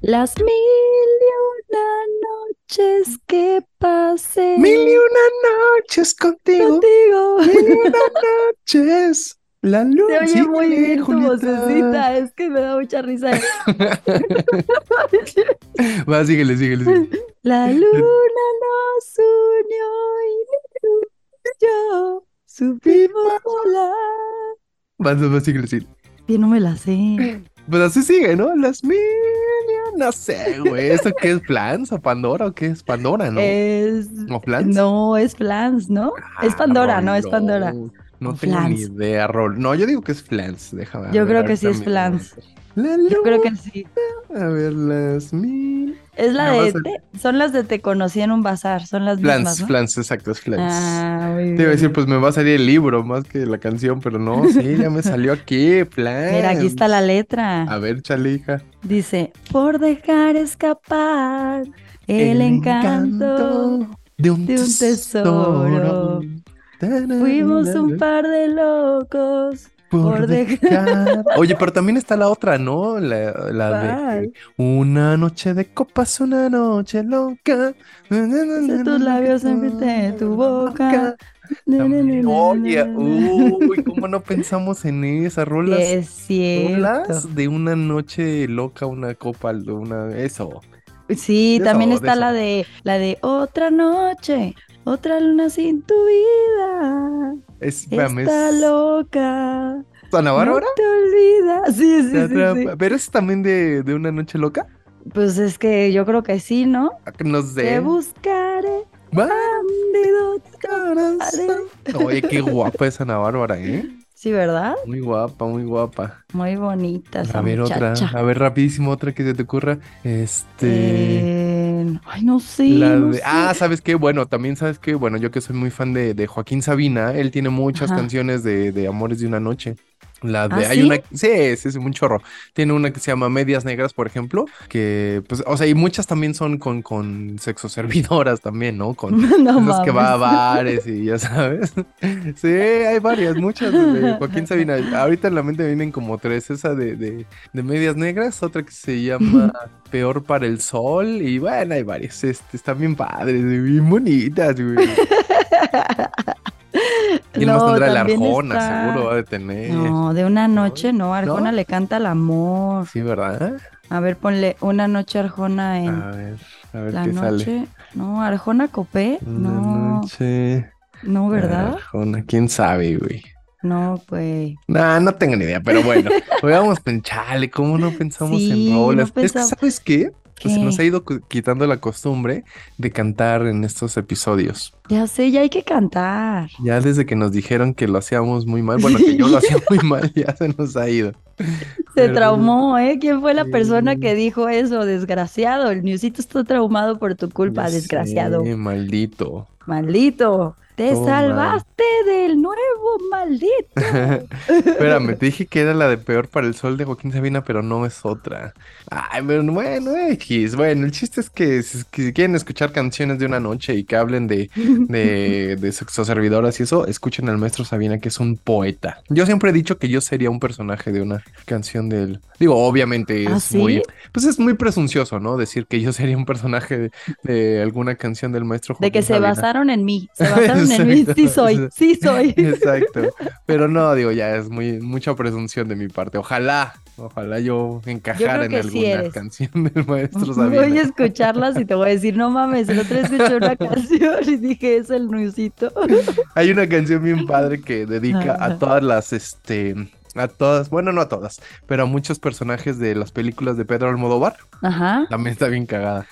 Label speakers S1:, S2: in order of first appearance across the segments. S1: Las mil y una noches que pasé
S2: Mil y una noches contigo.
S1: contigo.
S2: Mil y una noches. La luz.
S1: Se oye
S2: sigue,
S1: muy bien tu
S2: Julieta.
S1: vocecita, es que me da mucha risa.
S2: Va, síguele, síguele, síguele.
S1: La luna nos unió y yo supimos volar.
S2: Va, va, síguele, síguele.
S1: Que no me la sé.
S2: Pues así sigue, ¿no? Las mil y una- No sé, güey. ¿Esto qué es? ¿Flans o Pandora o qué es? Pandora, ¿no?
S1: Es.
S2: ¿O Flans?
S1: Eh, No, es Flans, ¿no? Es Pandora, no, es
S2: Rolón.
S1: Pandora.
S2: Ah, No
S1: O
S2: tengo ni
S1: Flans.
S2: idea, Rol. No, yo digo que es Flans. Déjame.
S1: Yo
S2: ver,
S1: creo que sí
S2: ahorita
S1: es
S2: me-
S1: Flans.
S2: La
S1: Yo creo
S2: luz.
S1: que sí.
S2: A ver, las mil.
S1: Es la
S2: Me
S1: de.
S2: vas a-
S1: te- Son las de Te conocí en un bazar, son las mismas,
S2: Flans,
S1: ¿no?
S2: Flans, exacto, es Flans.
S1: Ah, muy
S2: Te iba a decir,
S1: bien.
S2: pues me va a salir el libro más que la canción, pero no, sí, ya me salió aquí, Flans.
S1: Mira, aquí está la letra.
S2: A ver, chalija.
S1: Dice, por dejar escapar el, encanto.
S2: de un,
S1: de un tesoro.
S2: tesoro.
S1: Fuimos un par de locos. por
S2: dejar. Oye, pero también está la otra, ¿no? La, la de
S1: Ay,
S2: Una noche de copas, una noche loca.
S1: de tus labios en frente de tu boca.
S2: También, Oye, uy, ¿cómo no pensamos en esa rolas?
S1: Sí, es cierto.
S2: rolas de una noche loca, una copa, de una eso.
S1: Sí,
S2: De
S1: también
S2: eso, de
S1: está la
S2: eso.
S1: de la de otra noche, otra luna sin tu vida.
S2: Es, espérame,
S1: Está
S2: es
S1: loca.
S2: Ana Bárbara.
S1: No te olvidas. Sí, sí,
S2: Te
S1: sí, sí.
S2: atrapa. Pero es también de, de una noche loca.
S1: Pues es que yo creo que sí, ¿no?
S2: No
S1: Te
S2: sé.
S1: buscaré,
S2: Va,
S1: bandido.
S2: corazón. Oye, qué guapa es Ana Bárbara, ¿eh?
S1: Sí, ¿verdad?
S2: Muy guapa, muy guapa.
S1: Muy bonita esa
S2: A ver otra, Ah,
S1: muchacha.
S2: a ver rapidísimo otra que se te ocurra. Este,
S1: Eh, Ay, no sé,
S2: la
S1: no
S2: de-
S1: sé.
S2: ah, ¿sabes qué? Bueno, también sabes qué, bueno, yo que soy muy fan de, de Joaquín Sabina, él tiene muchas
S1: Ajá.
S2: canciones de, de Amores de una noche. La de,
S1: ¿Ah,
S2: hay
S1: sí?
S2: una, sí, sí, sí, un chorro. Tiene una que se llama Medias Negras, por ejemplo, que, pues, o sea, y muchas también son con, con sexo servidoras también, ¿no? Con,
S1: No
S2: esas que va a
S1: mames.
S2: bares y ya sabes. Sí, hay varias, muchas de Joaquín Sabina. Ahorita en la mente me vienen como tres, esa de, de, de medias negras, otra que se llama Peor para el Sol y bueno, hay varias. Este, están bien padres, bien bonitas, güey. ¿Quién más
S1: No,
S2: tendrá el
S1: también
S2: Arjona?
S1: está-
S2: Seguro va a tener.
S1: No, de una noche, no. Arjona
S2: ¿No?
S1: le canta al amor.
S2: Sí, ¿verdad?
S1: A ver, ponle una noche Arjona en
S2: A ver, a ver
S1: la
S2: qué
S1: noche.
S2: sale.
S1: No, Arjona Copé.
S2: Una
S1: No,
S2: noche.
S1: no, ¿verdad?
S2: Arjona, quién sabe, güey.
S1: No, pues, güey.
S2: No, no tengo ni idea, pero bueno, pues vamos con chale, ¿cómo no pensamos
S1: Sí,
S2: en
S1: no
S2: rolas? Es que,
S1: pensamos-
S2: ¿sabes qué? Pues se nos
S1: ¿Qué?
S2: ha ido cu- quitando la costumbre de cantar en estos episodios.
S1: Ya sé, ya hay que cantar.
S2: Ya desde que nos dijeron que lo hacíamos muy mal, bueno, que yo lo hacía muy mal, ya se nos ha ido.
S1: Se
S2: Pero- pues,
S1: traumó, ¿eh? ¿Quién fue la persona
S2: Sí.
S1: que dijo eso? Desgraciado, el Newsito está traumado por tu culpa,
S2: Ya sé,
S1: desgraciado.
S2: maldito.
S1: Maldito. Te
S2: Todo mal.
S1: salvaste del nuevo maldito.
S2: Espérame, te dije que era la de Peor para el Sol de Joaquín Sabina, pero no es otra. Ay, pero bueno, X. Bueno, el chiste es que si, si quieren escuchar canciones de una noche y que hablen de, de, de sexo servidoras y eso, escuchen al maestro Sabina, que es un poeta. Yo siempre he dicho que yo sería un personaje de una canción de él. Digo, obviamente es
S1: ¿Ah, sí?
S2: muy, pues es muy presuncioso, ¿no? Decir que yo sería un personaje de, de alguna canción del maestro
S1: De que
S2: Joaquín
S1: se
S2: Sabina.
S1: basaron en mí. Se basaron en mí. Sí
S2: Exacto,
S1: soy, sí soy.
S2: Exacto. Pero no, digo, ya es muy mucha presunción de mi parte. Ojalá, ojalá yo encajara en
S1: que sí
S2: alguna
S1: eres.
S2: canción del
S1: Voy
S2: maestro Sabina.
S1: a escucharlas y te voy a decir, no mames, el otro día escuché una canción y dije, es el Newsito.
S2: Hay una canción bien padre que dedica a
S1: Ajá.
S2: todas las, este, a todas, bueno, no a todas, pero a muchos personajes de las películas de Pedro Almodóvar.
S1: Ajá.
S2: También está bien cagada.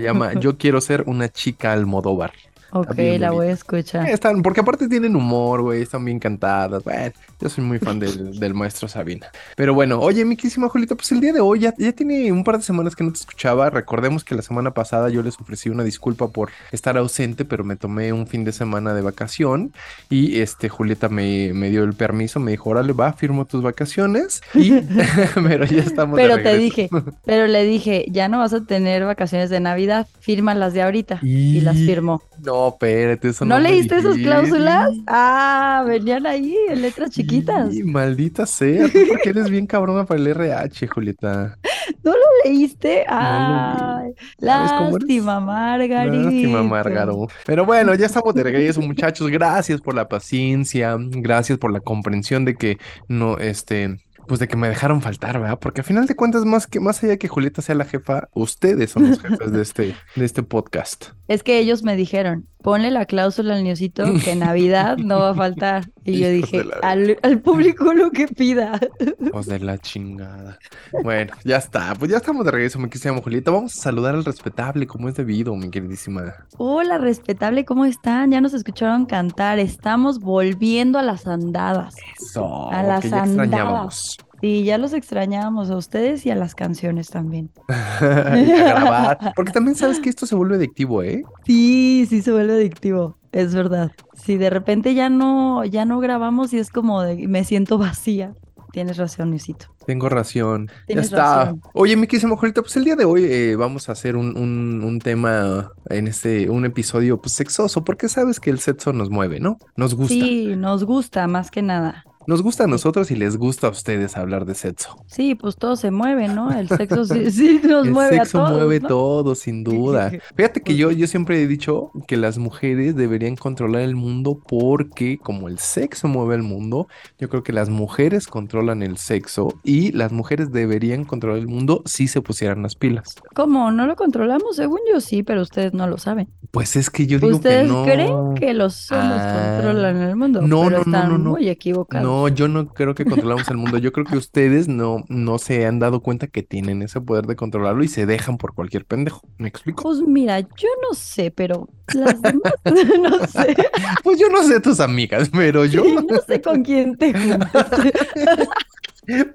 S2: llama Yo quiero ser una chica Almodóvar.
S1: Ok,
S2: bien
S1: la
S2: bonito.
S1: voy a escuchar.
S2: Eh, Están, porque aparte tienen humor, güey, están bien cantadas. Bueno, yo soy muy fan del, del maestro Sabina. Pero bueno, oye, mi querísima Julita, pues el día de hoy ya, ya tiene un par de semanas que no te escuchaba. Recordemos que la semana pasada yo les ofrecí una disculpa por estar ausente, pero me tomé un fin de semana de vacación y este Julieta me, me dio el permiso, me dijo, órale, va, firmo tus vacaciones. Y, pero ya estamos de
S1: Pero te
S2: regreso.
S1: dije, pero le dije, ya no vas a tener vacaciones de Navidad, fírmalas de ahorita. Y las
S2: Y-
S1: firmó.
S2: No, espérate, eso
S1: ¿No
S2: me
S1: leíste esas
S2: dijiste.
S1: cláusulas? Ah, venían ahí en letras chiquitas.
S2: Y maldita sea, tú porque eres bien cabrona para el RH, Julieta.
S1: ¿No lo leíste? Ay,
S2: ¿Sabes cómo eres?
S1: lástima, Margarita.
S2: Lástima, Márgaro. Pero bueno, ya estamos de regreso, muchachos. Gracias por la paciencia, gracias por la comprensión de que no, este, pues de que me dejaron faltar, ¿verdad? Porque al final de cuentas, más que más allá de que Julieta sea la jefa, ustedes son los jefes de este, de este podcast.
S1: Es que ellos me dijeron, ponle la cláusula al niosito que en Navidad no va a faltar. Y yo
S2: Hijos
S1: dije,
S2: de la
S1: al, al público lo que pida.
S2: Hijos de la chingada. Bueno, ya está. Pues ya estamos de regreso, mi queridísima Julieta. Vamos a saludar al respetable como es debido, mi queridísima.
S1: Hola, respetable, ¿cómo están? Ya nos escucharon cantar. Estamos volviendo a las andadas.
S2: Eso,
S1: A las
S2: que ya extrañábamos.
S1: Sí, ya los extrañábamos a ustedes y a las canciones también.
S2: Y a grabar. Porque también sabes que esto se vuelve adictivo, ¿eh?
S1: Sí, sí se vuelve adictivo, es verdad. Si de repente ya no, ya no grabamos y es como de, me siento vacía. Tienes razón, Luisito.
S2: Tengo razón. Ya
S1: Tienes
S2: está.
S1: razón.
S2: Oye, mi querida Julieta, pues el día de hoy eh, vamos a hacer un, un- un tema en este, un episodio pues sexoso, porque sabes que el sexo nos mueve, ¿no? Nos gusta.
S1: Sí, nos gusta más que nada.
S2: Nos gusta a nosotros y les gusta a ustedes hablar de sexo.
S1: Sí, pues todo se mueve, ¿no? El sexo sí, sí nos
S2: el
S1: mueve
S2: sexo
S1: a todos,
S2: mueve
S1: ¿no?
S2: todo, sin duda. Fíjate que yo, yo siempre he dicho que las mujeres deberían controlar el mundo porque como el sexo mueve el mundo, yo creo que las mujeres controlan el sexo y las mujeres deberían controlar el mundo si se pusieran las pilas.
S1: ¿Cómo? ¿No lo controlamos? Según yo sí, pero ustedes no lo saben.
S2: Pues es que yo digo que
S1: ¿Ustedes
S2: no.
S1: creen que los hombres
S2: Ah.
S1: controlan el mundo? pero
S2: No, no, no,
S1: están
S2: no, no.
S1: muy equivocados.
S2: No, yo no creo que controlamos el mundo. Yo creo que ustedes no, no se han dado cuenta que tienen ese poder de controlarlo y se dejan por cualquier pendejo. ¿Me explico?
S1: Pues mira, yo no sé, pero las demás no sé.
S2: Pues yo no sé tus amigas, pero yo,
S1: No sé con quién te juntaste,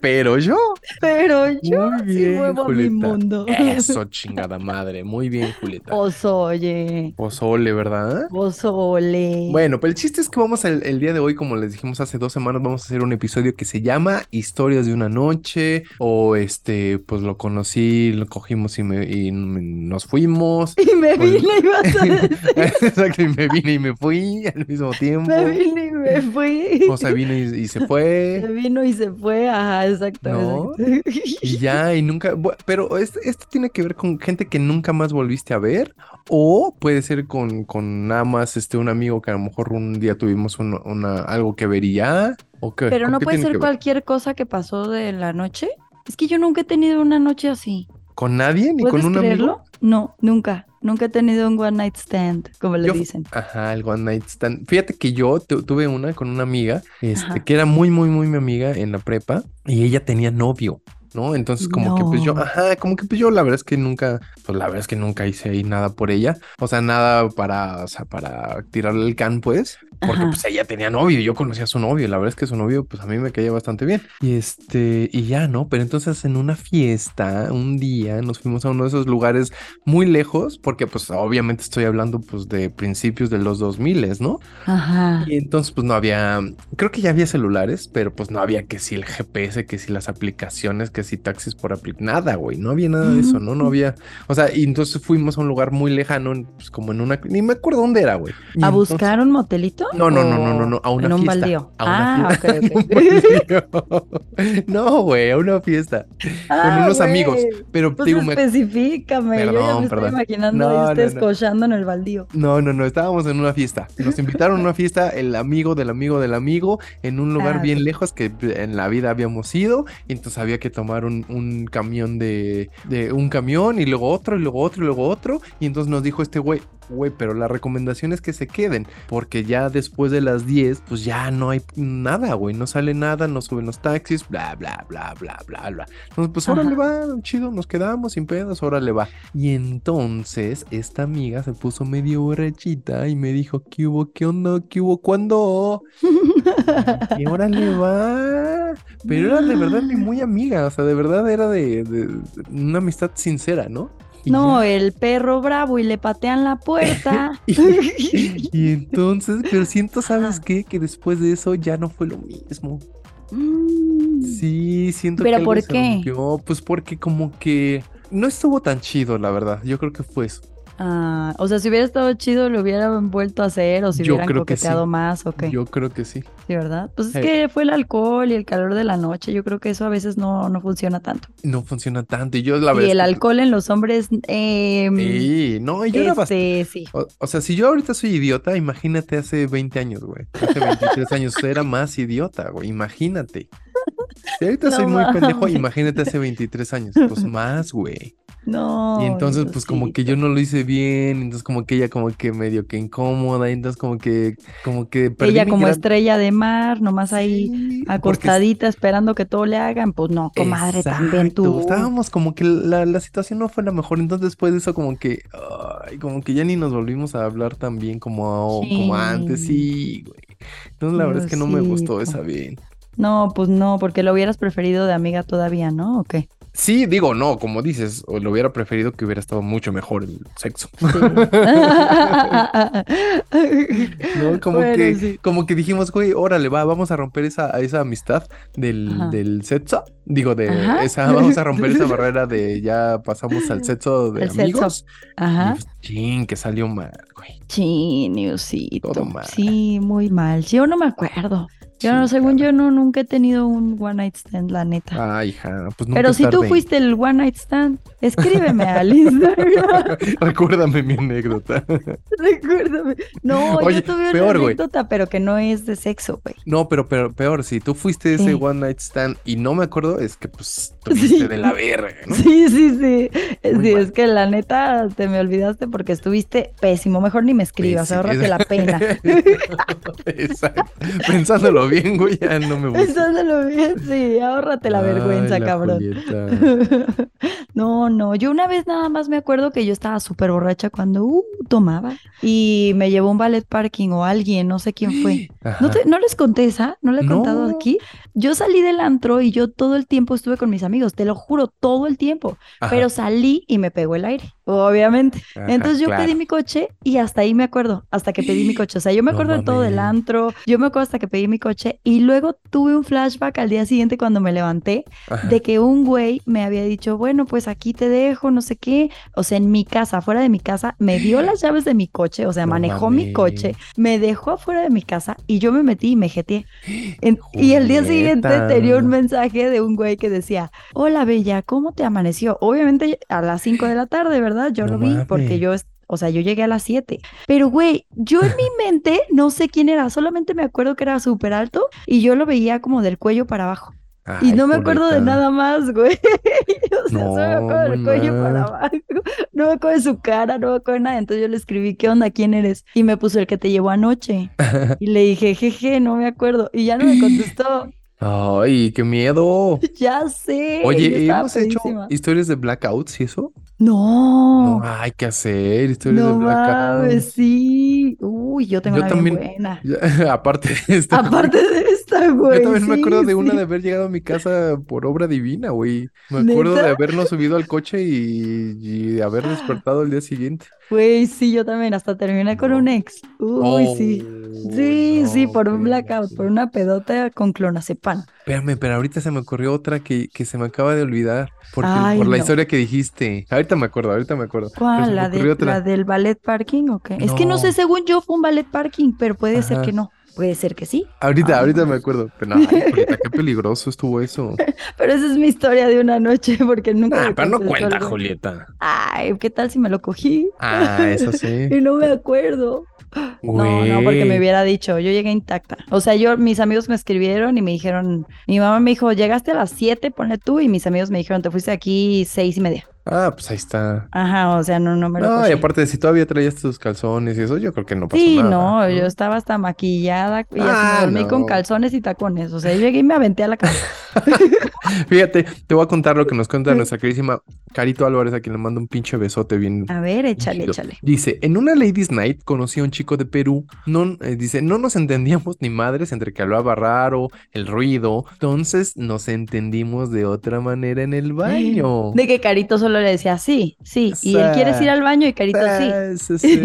S2: pero yo.
S1: pero yo
S2: Muy
S1: sí
S2: bien,
S1: muevo a mi
S2: Julieta.
S1: mundo. Oh.
S2: Eso, chingada madre. Muy bien, Julieta.
S1: Vos oye,
S2: Pozole, ¿verdad?
S1: vos ole.
S2: Bueno, pero el chiste es que vamos el, el día de hoy, como les dijimos hace dos semanas, vamos a hacer un episodio que se llama Historias de una noche o este, pues lo conocí, lo cogimos y, me- y nos fuimos.
S1: y me
S2: pues-
S1: vine y vas a decir,
S2: Exacto, y me vine y me fui al mismo tiempo.
S1: me vine y me fui.
S2: O sea, vino y, y se
S1: Se
S2: fue.
S1: vino y se fue, ajá, exacto.
S2: ¿No?
S1: exacto.
S2: Y ya, y nunca. bu- Pero es- esto, tiene que ver con gente que nunca más volviste a ver. O puede ser con, con nada más este, un amigo que a lo mejor un día tuvimos un- una, algo que ver y ya. ¿O qué?
S1: Pero
S2: ¿Con
S1: no
S2: qué
S1: puede
S2: tiene
S1: ser
S2: que ver?
S1: cualquier cosa que pasó de la noche. Es que yo nunca he tenido una noche así.
S2: ¿Con nadie? ¿Ni
S1: ¿Puedes
S2: con un
S1: creerlo?
S2: amigo?
S1: No, nunca. Nunca he tenido un one night stand, como le
S2: Yo-
S1: dicen.
S2: Ajá, el One Night Stand. Fíjate que yo tu- tuve una con una amiga, este,
S1: Ajá.
S2: que era muy, muy, muy mi amiga en la prepa y ella tenía novio, ¿no? Entonces, como que pues yo,
S1: No.
S2: ajá, como que pues yo la verdad es que nunca, pues la verdad es que nunca hice ahí nada por ella. O sea, nada para, o sea, para tirarle el can, pues, porque
S1: Ajá.
S2: pues ella tenía novio, yo conocía a su novio, y la verdad es que su novio, pues a mí me caía bastante bien. Y este, y ya, ¿no? Pero entonces en una fiesta, un día, nos fuimos a uno de esos lugares muy lejos, porque pues obviamente estoy hablando pues de principios de los 2000, ¿no?
S1: Ajá.
S2: Y entonces pues no había, creo que ya había celulares, pero pues no había que si el GPS, que si las aplicaciones, que si taxis por aplicación, nada, güey, no había nada de eso, ¿no? No había, o sea, y entonces fuimos a un lugar muy lejano, pues como en una, ni me acuerdo dónde era, güey. Y
S1: ¿A
S2: entonces-
S1: buscar un motelito?
S2: No, no,
S1: ¿O
S2: no, no, no, no, a una
S1: en un
S2: fiesta,
S1: baldío.
S2: a una
S1: ah, ok, ok.
S2: No, güey, a una fiesta, con
S1: Ah,
S2: unos amigos,
S1: güey.
S2: pero
S1: Pues
S2: digo, me
S1: especifícame, yo ya
S2: Perdón,
S1: me
S2: perdón.
S1: estoy imaginando
S2: No,
S1: ahí
S2: no,
S1: ustedes
S2: no.
S1: cochando en el baldío.
S2: No, no, no, estábamos en una fiesta. Nos invitaron a una fiesta, el amigo del amigo del amigo, en un lugar
S1: Ah,
S2: bien lejos que en la vida habíamos ido. Y entonces había que tomar un, un camión de, de un camión y luego otro, y luego otro, y luego otro. Y entonces nos dijo este güey, güey, pero la recomendación es que se queden, porque ya después de las 10, pues ya no hay nada, güey, no sale nada, no suben los taxis, bla, bla, bla, bla, bla, bla. Entonces, pues órale va, chido, nos quedamos sin pedos, órale va. Y entonces esta amiga se puso medio borrachita y me dijo, ¿qué hubo? ¿Qué onda? ¿Qué hubo? ¿Cuándo? Y órale va. Pero era de verdad
S1: Mm.
S2: mi muy amiga, o sea, de verdad era de, de- de una amistad sincera, ¿no? Y
S1: No, el perro bravo y le patean la puerta.
S2: Y entonces, pero siento, ¿sabes
S1: Ajá.
S2: qué? Que después de eso ya no fue lo mismo.
S1: Mm.
S2: Sí, siento
S1: ¿Pero
S2: que
S1: por
S2: algo se
S1: qué?
S2: rompió. Pues porque como que no estuvo tan chido, la verdad. Yo creo que fue eso.
S1: Ah, o sea, si hubiera estado chido, lo hubieran vuelto a hacer o si
S2: Yo
S1: hubieran
S2: creo que
S1: coqueteado
S2: sí.
S1: más o qué.
S2: Yo Eh. creo que sí.
S1: Sí, ¿verdad? Pues es
S2: Sí.
S1: que fue el alcohol y el calor de la noche. Yo creo que eso a veces no, no funciona tanto.
S2: No funciona tanto. Y yo la
S1: y
S2: verdad.
S1: el
S2: es que-
S1: alcohol en los hombres, em,
S2: Sí, no, y yo era bastante.
S1: este, sí.
S2: O, o sea, si yo ahorita soy idiota, imagínate hace 20 años, güey. Hace 23 años era más idiota, güey. Imagínate. Si ahorita soy
S1: No
S2: muy pendejo,
S1: mames.
S2: imagínate hace 23 años. Pues más, güey.
S1: No.
S2: Y entonces, pues como que yo
S1: Diosito.
S2: no lo hice bien. Entonces, como que ella, como que medio que incómoda. Entonces, como que, como que perdí
S1: Ella
S2: mi
S1: como
S2: gran-
S1: estrella de mar, nomás ahí
S2: Sí, porque
S1: acostadita esperando que todo le hagan. Pues no, comadre, también
S2: Exacto,
S1: tú.
S2: Estábamos como que la, la situación no fue la mejor, entonces después de eso como que, ay, como que ya ni nos volvimos a hablar tan bien como, como antes, sí, güey. Entonces la verdad es que no me gustó esa
S1: Diosito.
S2: bien.
S1: No, pues no, porque lo hubieras preferido de amiga todavía, ¿no? ¿O qué?
S2: Sí, digo, no, como dices, o lo hubiera preferido que hubiera estado mucho mejor el sexo. ¿no? Como
S1: Bueno,
S2: que,
S1: sí.
S2: como que dijimos, güey, órale, va, vamos a romper esa, esa amistad del,
S1: Ajá.
S2: del sexo. Digo, de
S1: Ajá.
S2: esa, vamos a romper esa barrera de ya pasamos al sexo de
S1: Al sexo.
S2: amigos.
S1: Ajá.
S2: Y pues, chin, que salió mal, güey.
S1: Sí, Niusito.
S2: Todo mal.
S1: Sí, muy mal. Yo no me acuerdo. Yo no,
S2: Sí,
S1: según yo no, nunca he tenido un one night stand, la neta.
S2: Ay, hija, pues nunca
S1: Pero
S2: es
S1: si tú
S2: tarde.
S1: fuiste el one night stand, escríbeme al Instagram.
S2: Recuérdame mi anécdota.
S1: Recuérdame. No,
S2: Oye,
S1: yo tuve una
S2: peor, güey.
S1: anécdota, pero que no es de sexo, güey.
S2: No, pero, pero peor, si tú fuiste ese
S1: Sí.
S2: one night stand y no me acuerdo, es que pues tuviste
S1: Sí.
S2: de la verga, ¿no?
S1: Sí, sí, sí.
S2: Muy
S1: Sí,
S2: mal.
S1: es que la neta te me olvidaste porque estuviste pésimo. Mejor ni me escribas,
S2: Pésimo.
S1: ahorrate la pena.
S2: Exacto. Pensándolo bien, güey, ya no me gusta.
S1: Pensándolo bien, sí, ahórrate la vergüenza,
S2: Ay, la
S1: cabrón.
S2: Julieta.
S1: No, no, yo una vez nada más me acuerdo que yo estaba súper borracha cuando uh, tomaba y me llevó un ballet parking o alguien, no sé quién fue.
S2: Ajá.
S1: ¿No, te- no les conté esa? ¿No la he contado
S2: No.
S1: aquí? Yo salí del antro y yo todo el tiempo estuve con mis amigos, te lo juro, todo el tiempo,
S2: Ajá,
S1: pero salí y me pegó el aire, obviamente.
S2: ajá,
S1: Entonces yo
S2: claro.
S1: pedí mi coche y hasta ahí me acuerdo, hasta que pedí mi coche. O sea, yo me
S2: No
S1: acuerdo de todo del
S2: mames.
S1: antro, yo me acuerdo hasta que pedí mi coche y luego tuve un flashback al día siguiente cuando me levanté
S2: Ajá.
S1: de que un güey me había dicho, bueno, pues aquí te dejo, no sé qué. O sea, en mi casa, afuera de mi casa, me dio las llaves de mi coche, o sea,
S2: No
S1: manejó mi
S2: mames.
S1: coche, me dejó afuera de mi casa y yo me metí y me jeteé. En- y el día siguiente
S2: Julieta.
S1: tenía un mensaje de un güey que decía, hola Bella, ¿cómo te amaneció? Obviamente a las 5 de la tarde, ¿verdad? Yo
S2: No
S1: lo vi porque
S2: mames.
S1: yo... es- O sea, yo llegué a las 7. Pero, güey, yo en mi mente no sé quién era. Solamente me acuerdo que era súper alto y yo lo veía como del cuello para abajo. Y
S2: Ay,
S1: no me acuerdo de
S2: Julieta.
S1: nada más, güey. O sea, solo me
S2: No,
S1: acuerdo del
S2: muy
S1: cuello
S2: mal.
S1: para abajo. No me acuerdo de su cara, no me acuerdo de nada. Entonces yo le escribí, ¿qué onda? ¿Quién eres? Y me puso el que te llevó anoche. Y le dije, jeje, no me acuerdo. Y ya no me contestó.
S2: Ay, qué miedo.
S1: Ya sé. yo
S2: Oye,
S1: estaba
S2: ¿hemos hecho
S1: pedísima.
S2: historias de blackouts y eso? No
S1: No.
S2: hay que hacer historias
S1: No
S2: de
S1: mames,
S2: blackouts.
S1: sí. Uy, yo tengo
S2: Yo
S1: una bien
S2: también-
S1: buena.
S2: Ya, Aparte de esta,
S1: Aparte de esta, güey.
S2: yo también me acuerdo de una
S1: Ah, pues sí.
S2: de haber llegado a mi casa por obra divina, güey. Me acuerdo de
S1: ¿Neta?
S2: habernos subido al coche y, y de haber despertado el día siguiente.
S1: Güey, sí, yo también. Hasta terminé con
S2: No.
S1: un ex. Uy, sí.
S2: Oh,
S1: Sí, sí,
S2: no,
S1: por un
S2: güey,
S1: blackout,
S2: sí.
S1: por una pedota con clonazepam.
S2: Espérame, pero ahorita se me ocurrió otra que, que se me acaba de olvidar porque,
S1: Ay,
S2: por la
S1: no.
S2: historia que dijiste. Ahorita me acuerdo, ahorita me acuerdo. Pero se
S1: ¿Cuál?
S2: me
S1: ¿La, de-
S2: ocurrió otra.
S1: la del ballet parking o qué? Es que no sé,
S2: No.
S1: según yo fue un ballet parking, pero puede ser
S2: Ajá.
S1: que no. Puede ser que sí.
S2: Ahorita,
S1: Ah,
S2: ahorita
S1: no.
S2: me acuerdo. Pero no, ay, Julieta, qué peligroso estuvo eso.
S1: Pero esa es mi historia de una noche, porque nunca.
S2: Ah,
S1: me
S2: pero no
S1: contestó
S2: cuenta,
S1: el güey.
S2: Julieta.
S1: Ay, ¿qué tal si me lo cogí?
S2: Ah, eso sí.
S1: Y no me acuerdo. No, no, porque me
S2: Güey.
S1: hubiera dicho, yo llegué intacta. O sea, yo, mis amigos me escribieron y me dijeron, mi mamá me dijo, llegaste a las 7, ponle tú, y mis amigos me dijeron, te fuiste aquí seis y media.
S2: Ah, pues ahí está.
S1: Ajá, o sea, no, no me lo
S2: No, y
S1: cogí.
S2: aparte, si todavía traías tus calzones y eso, yo creo que no pasó
S1: pues Sí,
S2: nada.
S1: no, yo estaba hasta maquillada y así me
S2: Ah,
S1: dormí con
S2: no.
S1: calzones y tacones. O sea, yo llegué y me aventé a la cama.
S2: Fíjate, te voy a contar lo que nos cuenta nuestra queridísima Carito Álvarez, a quien le mando un pinche besote bien.
S1: A ver, échale,
S2: chido.
S1: échale.
S2: Dice, en una Ladies Night conocí a un chico de Perú. No, eh, dice, no nos entendíamos ni madres entre que hablaba raro, el ruido. Entonces nos entendimos de otra manera en el baño.
S1: De que Carito solo le decía sí, sí. Y él quieres ir al baño y Carito sí.
S2: Ah, sí, sí.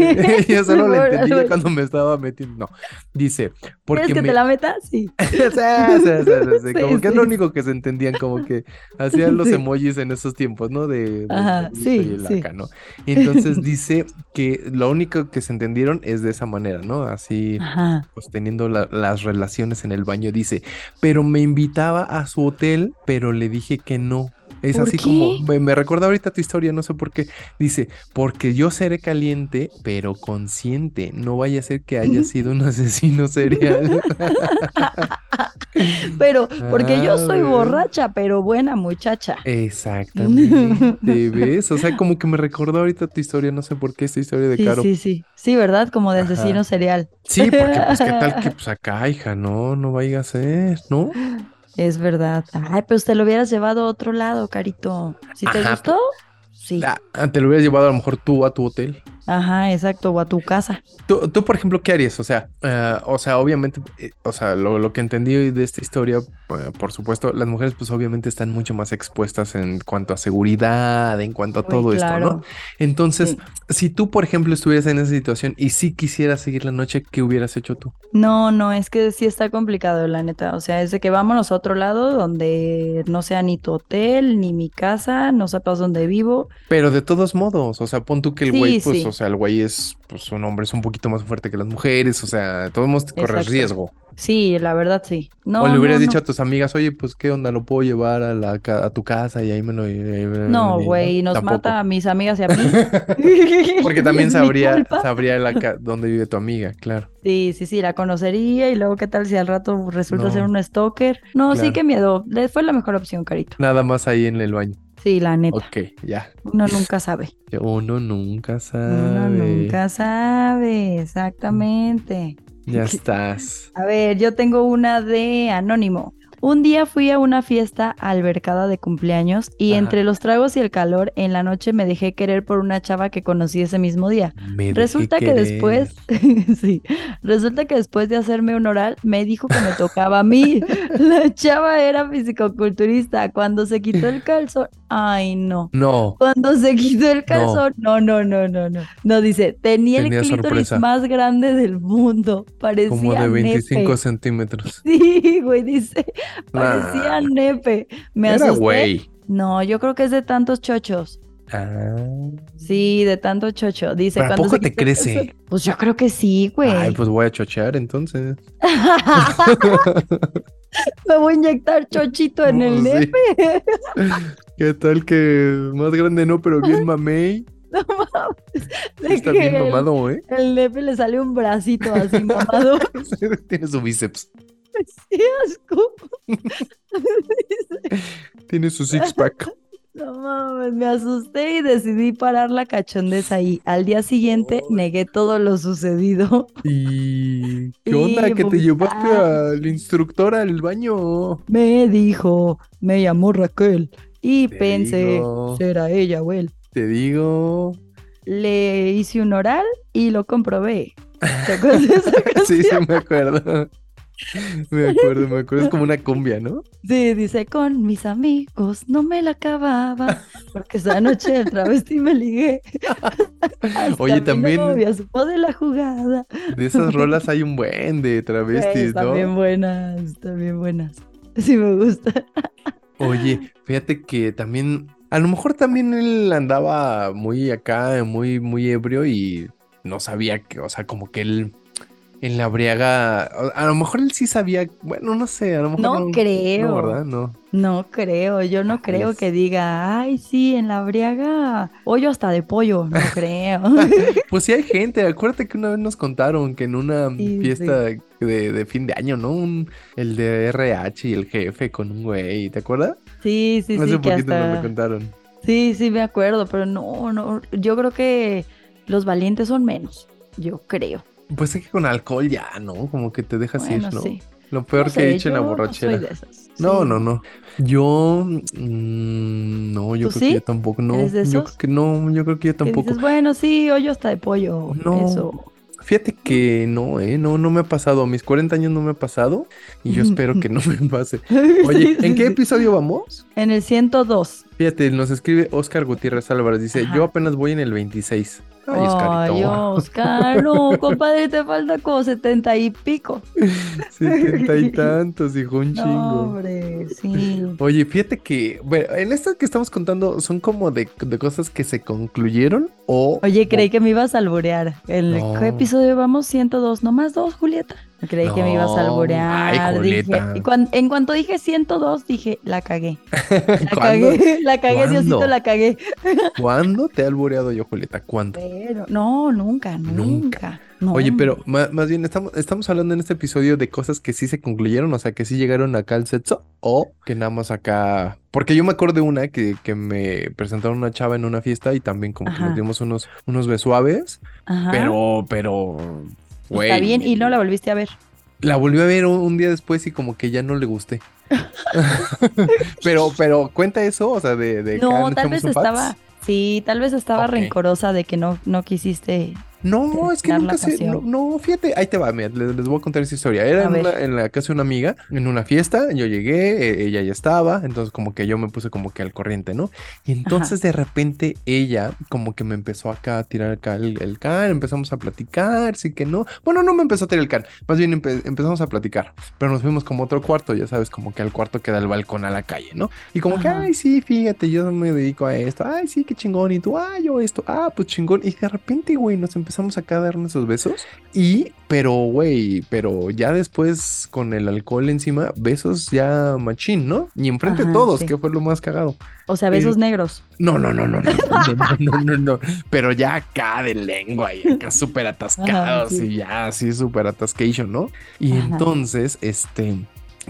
S2: Yo solo lo
S1: Por-
S2: entendí ya cuando me estaba metiendo. No, dice,
S1: ¿Quieres
S2: porque
S1: que
S2: me...
S1: te la meta? Sí.
S2: Sí, sí, sí, sí, sí,
S1: Sí,
S2: Como que es
S1: sí.
S2: lo único que se entendían, como que hacían los
S1: Sí.
S2: emojis en esos tiempos, ¿no? De de, de-
S1: Ajá,
S2: de-
S1: sí,
S2: y el
S1: sí.
S2: acá, ¿no? Y entonces dice que lo único que se entendieron es de esa manera, ¿no? Así
S1: Ajá.
S2: pues teniendo la- las relaciones en el baño, dice, pero me invitaba a su hotel, pero le dije que no. Es
S1: ¿Por
S2: así
S1: qué?
S2: como, me, me recuerda ahorita tu historia, no sé por qué. Dice, porque yo seré caliente, pero consciente. No vaya a ser que haya sido un asesino serial.
S1: Pero, porque yo soy
S2: Ah, güey.
S1: borracha, pero buena muchacha.
S2: Exactamente, ¿ves? O sea, como que me recordó ahorita tu historia, no sé por qué esta historia de
S1: Sí,
S2: Caro. Sí,
S1: sí, sí. Sí, ¿verdad? Como de
S2: Ajá.
S1: asesino serial.
S2: porque pues qué tal que pues acá, hija, no, no vaya a ser, ¿no?
S1: Es verdad. Ay, pero usted lo hubieras llevado a otro lado, Carito. ¿Si te
S2: Ajá,
S1: gustó? Sí.
S2: Ah, te lo hubieras llevado a lo mejor tú a tu hotel.
S1: Ajá, exacto. O a tu casa.
S2: Tú, tú, por ejemplo, ¿qué harías? O sea, eh, o sea, obviamente, eh, o sea, lo, lo que entendí de esta historia, eh, por supuesto, las mujeres, pues obviamente están mucho más expuestas en cuanto a seguridad, en cuanto a
S1: Uy,
S2: todo esto,
S1: claro.
S2: ¿no? Entonces,
S1: Sí.
S2: si tú, por ejemplo, estuvieras en esa situación y sí quisieras seguir la noche, ¿qué hubieras hecho tú?
S1: No, no, es que sí está complicado, la neta. O sea, es de que vámonos a otro lado donde no sea ni tu hotel, ni mi casa, no sepas dónde vivo.
S2: Pero de todos modos, o sea, pon tú que el
S1: Sí,
S2: güey, pues,
S1: sí.
S2: o sea, el güey es, pues, un hombre es un poquito más fuerte que las mujeres, o sea, de todos modos te corres
S1: Exacto.
S2: riesgo.
S1: Sí, la verdad sí. No,
S2: o le hubieras
S1: no,
S2: dicho
S1: no.
S2: a tus amigas, oye, pues qué onda, lo puedo llevar a, la ca- a tu casa y ahí me lo... y ahí me-
S1: No,
S2: y-
S1: güey, nos
S2: tampoco.
S1: mata a mis amigas y a mí.
S2: Porque también
S1: Es mi
S2: sabría,
S1: culpa.
S2: sabría la ca- dónde vive tu amiga, claro.
S1: Sí, sí, sí, la conocería y luego qué tal si al rato resulta ser
S2: No.
S1: un stalker. No, sí,
S2: Claro.
S1: qué miedo. Le- Fue la mejor opción, Carito.
S2: Nada más ahí en el baño.
S1: Sí, la neta.
S2: Ok, ya.
S1: Uno nunca sabe.
S2: Uno nunca
S1: Uno
S2: sabe.
S1: nunca sabe, exactamente.
S2: Ya estás.
S1: A ver, yo tengo una de anónimo. Un día fui a una fiesta albercada de cumpleaños y
S2: Ajá.
S1: entre los tragos y el calor en la noche me dejé querer por una chava que conocí ese mismo día.
S2: Me dejé
S1: Resulta que
S2: querer.
S1: después, sí, resulta que después de hacerme un oral me dijo que me tocaba a mí. La chava era fisicoculturista. Cuando se quitó el calzón, ay no.
S2: No.
S1: Cuando se quitó el calzón, no, no, no, no, no. No dice, tenía, el
S2: Tenía
S1: clítoris
S2: sorpresa.
S1: más grande del mundo. Parecía
S2: Como de
S1: nepe.
S2: 25 centímetros.
S1: Sí, güey, dice,
S2: Nah,
S1: parecía nepe. Me
S2: era
S1: asusté.
S2: güey.
S1: No, yo creo que es de tantos chochos.
S2: Ah.
S1: Sí, de tanto chocho. Dice,
S2: ¿Pero a
S1: cuando se
S2: poco te
S1: quitó el
S2: crece?
S1: calzón- Pues yo creo que sí, güey.
S2: Ay, pues voy a chochear entonces.
S1: Me voy a inyectar chochito en el
S2: Sí.
S1: nepe.
S2: ¿Qué tal que más grande no, pero bien mamey?
S1: No mames. De
S2: Está
S1: que
S2: bien
S1: el-
S2: mamado, ¿eh?
S1: El nepe le sale un bracito así mamado.
S2: Tiene su bíceps.
S1: Sí, asco. Dice,
S2: Tiene su six pack.
S1: No mames, me asusté y decidí parar la cachondez ahí. Al día siguiente
S2: Ay.
S1: negué todo lo sucedido.
S2: ¿Y qué
S1: Sí,
S2: onda? ¿Que te
S1: pues,
S2: llevaste
S1: ah.
S2: al instructor al baño?
S1: Me dijo, me llamó Raquel y
S2: Te
S1: pensé,
S2: digo.
S1: será ella o él.
S2: Te digo.
S1: Le hice un oral y lo comprobé. ¿Te acuerdas de esa
S2: Sí,
S1: canción?
S2: sí, me acuerdo. Me acuerdo, me acuerdo. Es como una cumbia, ¿no?
S1: Sí, dice, con mis amigos no me la acababa, porque esa noche el travesti me ligué. Hasta
S2: Oye,
S1: mi
S2: también-
S1: novia supo de la jugada. Pues,
S2: De esas rolas hay un buen de travestis, ¿no?
S1: también buenas, también buenas. Sí me gusta.
S2: Oye, fíjate que también, a lo mejor también él andaba muy acá, muy, muy ebrio y no sabía que, o sea, como que él en la briaga, a, a lo mejor él sí sabía, bueno, no sé, a lo mejor
S1: No creo.
S2: No, ¿verdad? No.
S1: No creo, yo no creo
S2: Ángeles.
S1: que diga, ay, sí, en la briaga, pollo hasta de pollo, no creo.
S2: Pues sí hay gente, acuérdate que una vez nos contaron que en una
S1: Sí, sí.
S2: fiesta de, de fin de año, ¿no? Un, el de RH y el jefe con un güey, ¿te acuerdas?
S1: Sí, sí,
S2: Hace
S1: sí, que
S2: poquito nos lo
S1: hasta...
S2: contaron.
S1: Sí, sí, me acuerdo, pero no, no, yo creo que los valientes son menos, yo creo.
S2: Pues es que con alcohol ya, ¿no? Como que te dejas ir,
S1: Bueno,
S2: ¿no?
S1: sí.
S2: Lo peor
S1: No
S2: que
S1: sé,
S2: he hecho en la
S1: yo no soy
S2: borrachera.
S1: de esas.
S2: No,
S1: Sí.
S2: no, no. Yo, mm, no, yo
S1: ¿Tú
S2: creo que yo
S1: sí?
S2: tampoco, no.
S1: ¿Eres de
S2: Yo
S1: esos?
S2: creo que no, yo creo que yo
S1: Que
S2: tampoco.
S1: dices, bueno, sí, hoyo está de pollo,
S2: No.
S1: eso.
S2: Fíjate que no, eh, no, no me ha pasado. A mis 40 años no me ha pasado y yo espero que no me pase. Oye,
S1: Sí,
S2: ¿en
S1: sí,
S2: qué
S1: sí.
S2: episodio vamos?
S1: En el 102.
S2: Fíjate, nos escribe Oscar Gutiérrez Álvarez, dice,
S1: Ajá.
S2: yo apenas voy en el 26. Ay, Oscarito.
S1: Ay, Oscar, no, compadre, te falta como setenta y pico.
S2: 70 y tantos, dijo un
S1: No,
S2: chingo.
S1: hombre, sí.
S2: Oye, fíjate que, bueno, en estas que estamos contando son como de, de cosas que se concluyeron o...
S1: Oye, creí que me ibas a alborear. ¿El ¿qué
S2: No.
S1: episodio vamos? 102, nomás dos, Julieta. Creí que me ibas a
S2: No.
S1: alborear.
S2: Ay,
S1: dije-
S2: Julieta.
S1: y cuan- en cuanto dije 102, dije, la cagué. La
S2: ¿Cuándo,
S1: cagué, la cagué, Diosito,
S2: ¿Cuándo?
S1: la cagué.
S2: cuándo te he alboreado yo, Julieta? ¿Cuándo?
S1: Pero, no, nunca, nunca.
S2: Nunca.
S1: no.
S2: Oye, pero ma- más, bien estamos, estamos hablando en este episodio de cosas que sí se concluyeron, o sea, que sí llegaron acá al sexo o que nada más acá... Porque yo me acuerdo de una que, que me presentaron una chava en una fiesta y también como que
S1: Ajá.
S2: nos dimos unos, unos besuaves,
S1: Ajá.
S2: pero, pero...
S1: Está
S2: güey,
S1: bien, y no la volviste a ver.
S2: La volví a ver un, un día después y como que ya no le gusté. pero, pero cuenta eso, o sea, de, de acá
S1: No,
S2: nos
S1: tal
S2: echamos
S1: vez
S2: un pats.
S1: estaba, sí, tal vez estaba
S2: Ok.
S1: rencorosa de que no, no quisiste.
S2: No, es que
S1: terminar la
S2: nunca se. No,
S1: pasión.
S2: no, fíjate, ahí te va, mira, les, les voy a contar esa historia. Era
S1: A
S2: en,
S1: ver.
S2: una- en la casa de una amiga, en una fiesta, yo llegué, e- ella ya estaba, entonces como que yo me puse como que al corriente, ¿no? Y entonces de repente ella como que me empezó acá a tirar acá el, el can, empezamos a platicar, sí que no. Bueno, no me empezó a tirar el can, más bien empe- empezamos a platicar, pero nos fuimos como a otro cuarto, ya sabes, como que al cuarto que da el balcón a la calle, ¿no? Y como que,
S1: Ajá.
S2: ay, sí, fíjate, yo me dedico a esto. Ay, sí, qué chingón. Y tú, ay, yo esto. Ah, pues chingón. Y de repente, güey, nos empezamos acá a dar nuestros besos. Y, pero, güey, pero ya después con el alcohol encima, besos ya machín, ¿no? Y enfrente de
S1: Ajá,
S2: todos,
S1: sí.
S2: que fue lo más cagado.
S1: O sea, besos negros.
S2: No, no, no, no, no, no, no, no, no, no. Pero ya acá de lengua y acá súper atascados
S1: Ajá, sí.
S2: y ya así súper atascation, ¿no? Y
S1: Ajá.
S2: entonces, este,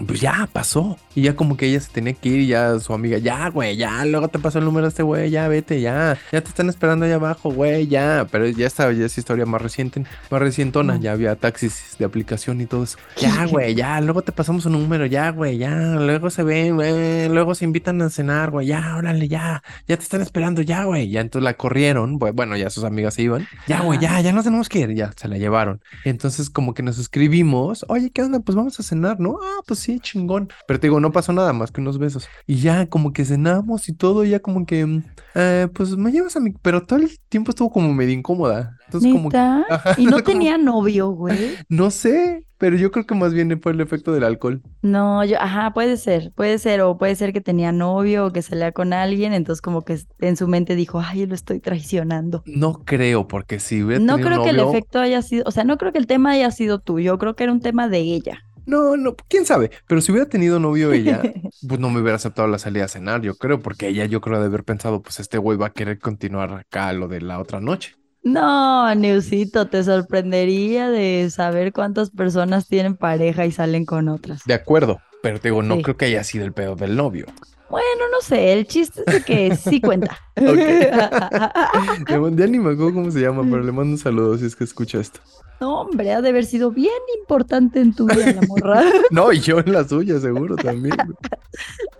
S2: pues ya pasó. Y ya como que ella se tenía que ir y ya su amiga, ya, güey, ya, luego te pasó el número a este güey, ya, vete, ya. Ya te están esperando allá abajo, güey, ya. Pero ya estaba, ya es historia más reciente, más recientona.
S1: Ujú.
S2: Ya había taxis de aplicación y todo eso. Ya, güey, ya, luego te pasamos un número, ya, güey, ya. Luego se ven, güey, luego se invitan a cenar, güey, ya, órale, ya ya te están esperando, ya, güey. Ya entonces la corrieron, bu- bueno, ya sus amigas se iban. Ya, güey, ya, ya nos tenemos que ir, ya, se la llevaron. Entonces como que nos escribimos, oye, ¿qué onda? Pues vamos a cenar, ¿no? Ah, pues sí, chingón. Pero te digo, no pasó nada más que unos besos. Y ya como que cenamos y todo, y ya como que, mm, eh, pues me llevas a mi... Pero todo el tiempo estuvo como medio incómoda. Entonces como que,
S1: ¿Neta?
S2: Ajá,
S1: Y no
S2: como-
S1: tenía novio, güey.
S2: no sé, pero yo creo que más bien fue el efecto del alcohol.
S1: No, yo, ajá, puede ser, puede ser, o puede ser que tenía novio o que salía con alguien, entonces como que en su mente dijo, ay, lo estoy traicionando.
S2: No creo, porque si hubiera
S1: No
S2: tenido
S1: creo que el
S2: novio-
S1: efecto haya sido, o sea, no creo que el tema haya sido tuyo, creo que era un tema de ella.
S2: No, no, quién sabe, pero si hubiera tenido novio ella, pues no me hubiera aceptado la salida a cenar, yo creo, porque ella yo creo de haber pensado, pues este güey va a querer continuar acá lo de la otra noche.
S1: No, Newsito, te sorprendería de saber cuántas personas tienen pareja y salen con otras.
S2: De acuerdo, pero te digo, no
S1: Sí.
S2: creo que haya sido el pedo del novio.
S1: Bueno, no sé, el chiste es de que sí cuenta.
S2: Le mand- Ya ni me acuerdo cómo se llama, pero le mando un saludo si es que escucha esto.
S1: No, hombre, ha de haber sido bien importante en tu vida la morra.
S2: No, y yo en la suya, seguro también.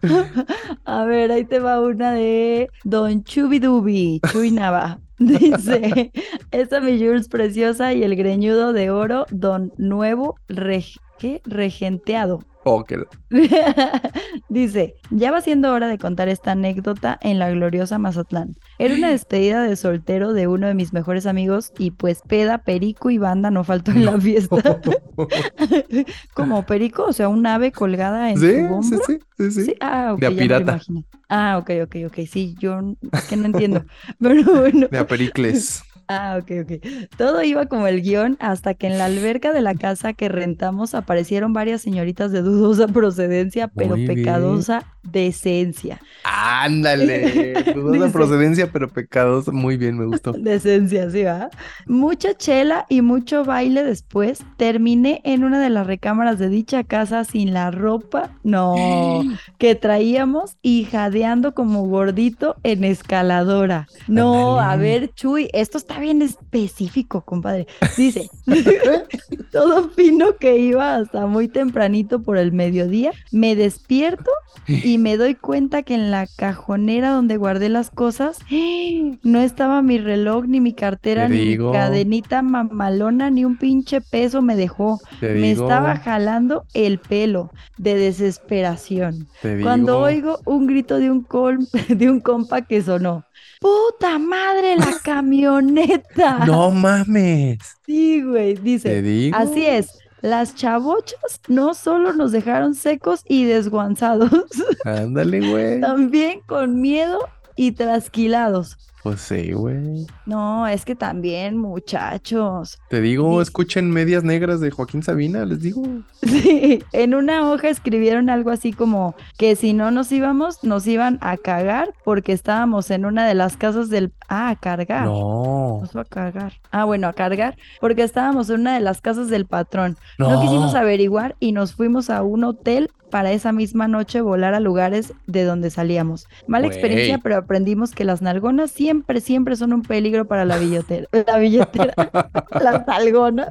S2: güey.
S1: A ver, ahí te va una de Don Chubidubi, Chuy Nava. Dice, esa mi Jules preciosa y el greñudo de oro, Don Nuevo Reg- ¿qué? Regenteado.
S2: Oh, que la-
S1: Dice, ya va siendo hora de contar esta anécdota en la gloriosa Mazatlán. Era una despedida de soltero de uno de mis mejores amigos y pues peda, perico y banda no faltó en la fiesta. Como perico, o sea, un ave colgada en
S2: Sí,
S1: su hombro.
S2: sí, sí, sí, sí.
S1: Sí, ah, ok,
S2: De a
S1: ya me lo
S2: pirata.
S1: imaginé. Ah, ok, ok, ok, sí, yo n- es que no entiendo, pero bueno.
S2: De a Pericles.
S1: Ah, ok, ok. Todo iba como el guión hasta que en la alberca de la casa que rentamos aparecieron varias señoritas de dudosa procedencia, pero
S2: Muy bien.
S1: pecadosa decencia.
S2: Ándale, Pues, dudosa
S1: Dice-
S2: procedencia, pero pecados. Muy bien, me gustó.
S1: Decencia, sí, va. Mucha chela y mucho baile después. Terminé en una de las recámaras de dicha casa sin la ropa, no, que traíamos y jadeando como gordito en escaladora. No,
S2: Ándale.
S1: a ver, Chuy, esto está bien específico, compadre. Dice, todo fino que iba hasta muy tempranito por el mediodía, me despierto y y me doy cuenta que en la cajonera donde guardé las cosas ¡eh! no estaba mi reloj, ni mi cartera,
S2: Te
S1: ni mi
S2: digo.
S1: cadenita mamalona, ni un pinche peso me dejó.
S2: Te
S1: Me
S2: digo,
S1: estaba jalando el pelo de desesperación.
S2: te digo.
S1: Cuando oigo un grito de un, col- de un compa que sonó. ¡Puta madre, la camioneta!
S2: No mames.
S1: Sí, güey, dice.
S2: Te digo.
S1: Así es, las chavochas no solo nos dejaron secos y desguanzados,
S2: Ándale, güey.
S1: también con miedo y trasquilados.
S2: Pues sí, güey.
S1: No, es que también, muchachos.
S2: Te digo,
S1: Sí.
S2: escuchen Medias Negras de Joaquín Sabina, les digo.
S1: Sí, en una hoja escribieron algo así como que si no nos íbamos, nos iban a cagar porque estábamos en una de las casas del... Ah, a cargar.
S2: No.
S1: Nos va a cargar. Ah, bueno, a cargar porque estábamos en una de las casas del patrón. No. quisimos averiguar y nos fuimos a un hotel para esa misma noche volar a lugares de donde salíamos. Mala experiencia,
S2: Güey.
S1: pero aprendimos que las nalgonas siempre, siempre son un peligro para la billetera. La billetera, las nalgonas.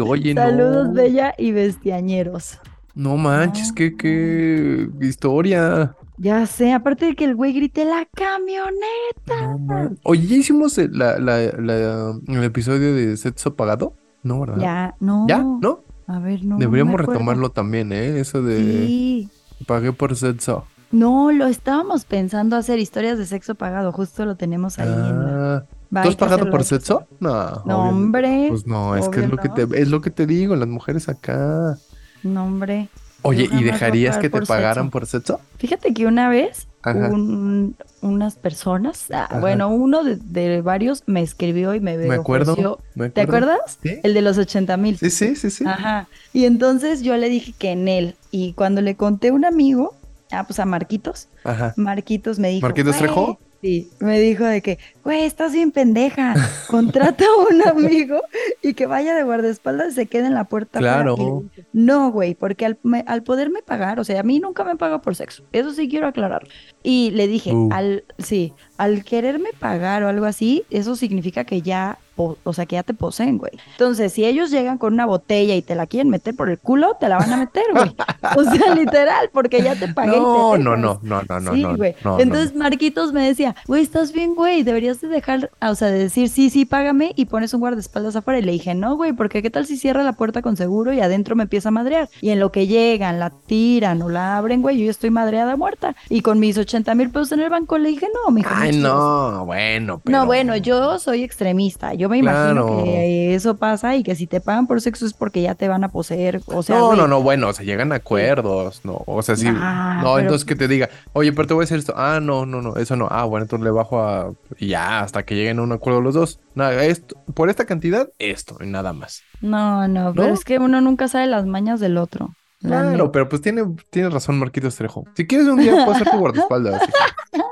S2: oye, no.
S1: Saludos, Bella y Bestiañeros.
S2: No manches,
S1: No.
S2: qué, qué historia.
S1: Ya sé, aparte de que el güey grite la camioneta.
S2: No man- Oye, ¿ya hicimos el- la, la- la- el episodio de sexo pagado? No, ¿verdad?
S1: Ya, no.
S2: Ah. ¿Ya? ¿No?
S1: A ver, no. no me
S2: Deberíamos
S1: acuerdo.
S2: retomarlo también, ¿eh? Eso de
S1: Sí.
S2: pagué por sexo.
S1: No, lo estábamos pensando hacer historias de sexo pagado. Justo lo tenemos ahí en la.
S2: Ah,
S1: Va, hay
S2: ¿tú has
S1: que
S2: pagado
S1: hacerlo,
S2: por
S1: hay que
S2: sexo? No,
S1: No,
S2: obvio.
S1: hombre,
S2: Pues no, es que
S1: obvio
S2: es lo que
S1: no.
S2: te, es lo que te digo, las mujeres acá.
S1: no, hombre.
S2: Oye,
S1: jamás
S2: ¿y
S1: voy a
S2: dejarías
S1: pagar
S2: que te
S1: por
S2: pagaran
S1: sexo.
S2: por sexo?
S1: Fíjate que una vez
S2: Ajá.
S1: un- unas personas, ah,
S2: Ajá.
S1: bueno, uno de, de varios me escribió y me
S2: Me acuerdo,
S1: ofreció-
S2: me
S1: ¿Te
S2: acuerdo.
S1: acuerdas?
S2: Sí,
S1: El de los 80 mil.
S2: sí, sí, sí, sí.
S1: Ajá. Y entonces yo le dije que en él. Y cuando le conté a un amigo, ah, pues a Marquitos,
S2: Ajá.
S1: Marquitos me dijo.
S2: ¿Marquitos
S1: "Güey",
S2: Trejo?
S1: Sí, me dijo de que, güey, estás bien pendeja. Contrata a un amigo y que vaya de guardaespaldas y se quede en la puerta. afuera".
S2: Claro.
S1: Y le dije, no, güey, porque al, me- al poderme pagar, o sea, a mí nunca me han pagado por sexo. Eso sí quiero aclarar. Y le dije,
S2: Uh.
S1: al, sí, al quererme pagar o algo así, eso significa que ya, po- o sea, que ya te poseen, güey. Entonces, si ellos llegan con una botella y te la quieren meter por el culo, te la van a meter, güey. O sea, literal, porque ya te pagué. y te
S2: No,
S1: dejo,
S2: no,
S1: es-
S2: no, no, Ah, no, no,
S1: sí,
S2: no,
S1: güey.
S2: no, no.
S1: Entonces Marquitos me decía, güey, estás bien, güey, deberías de dejar, ah, o sea, de decir, sí, sí, págame y pones un guardaespaldas afuera. Y le dije, no, güey, porque qué tal si cierra la puerta con seguro y adentro me empieza a madrear. Y en lo que llegan, la tiran o la abren, güey, yo ya estoy madreada muerta. Y con mis 80 mil pesos en el banco le dije, no, mijo.
S2: Ay,
S1: chingos".
S2: no, bueno, pero
S1: No, bueno, yo soy extremista. Yo me
S2: Claro.
S1: imagino que eso pasa y que si te pagan por sexo es porque ya te van a poseer. O sea,
S2: no,
S1: güey,
S2: no, no, bueno, o sea, llegan a acuerdos, no, o sea, sí,
S1: Ah,
S2: no,
S1: pero-
S2: entonces que te diga, oye, pero te voy a hacer esto, ah, no, no, no, eso no, ah, bueno, entonces le bajo a, y ya, hasta que lleguen a un acuerdo los dos, nada, esto, por esta cantidad, esto, y nada más.
S1: no, no, pero
S2: ¿No?
S1: es que uno nunca sabe las mañas del otro. la neta.
S2: Claro, pero pues tiene, tiene razón Marquitos Trejo. Si quieres un día puedo ser tu guardaespaldas. hijo.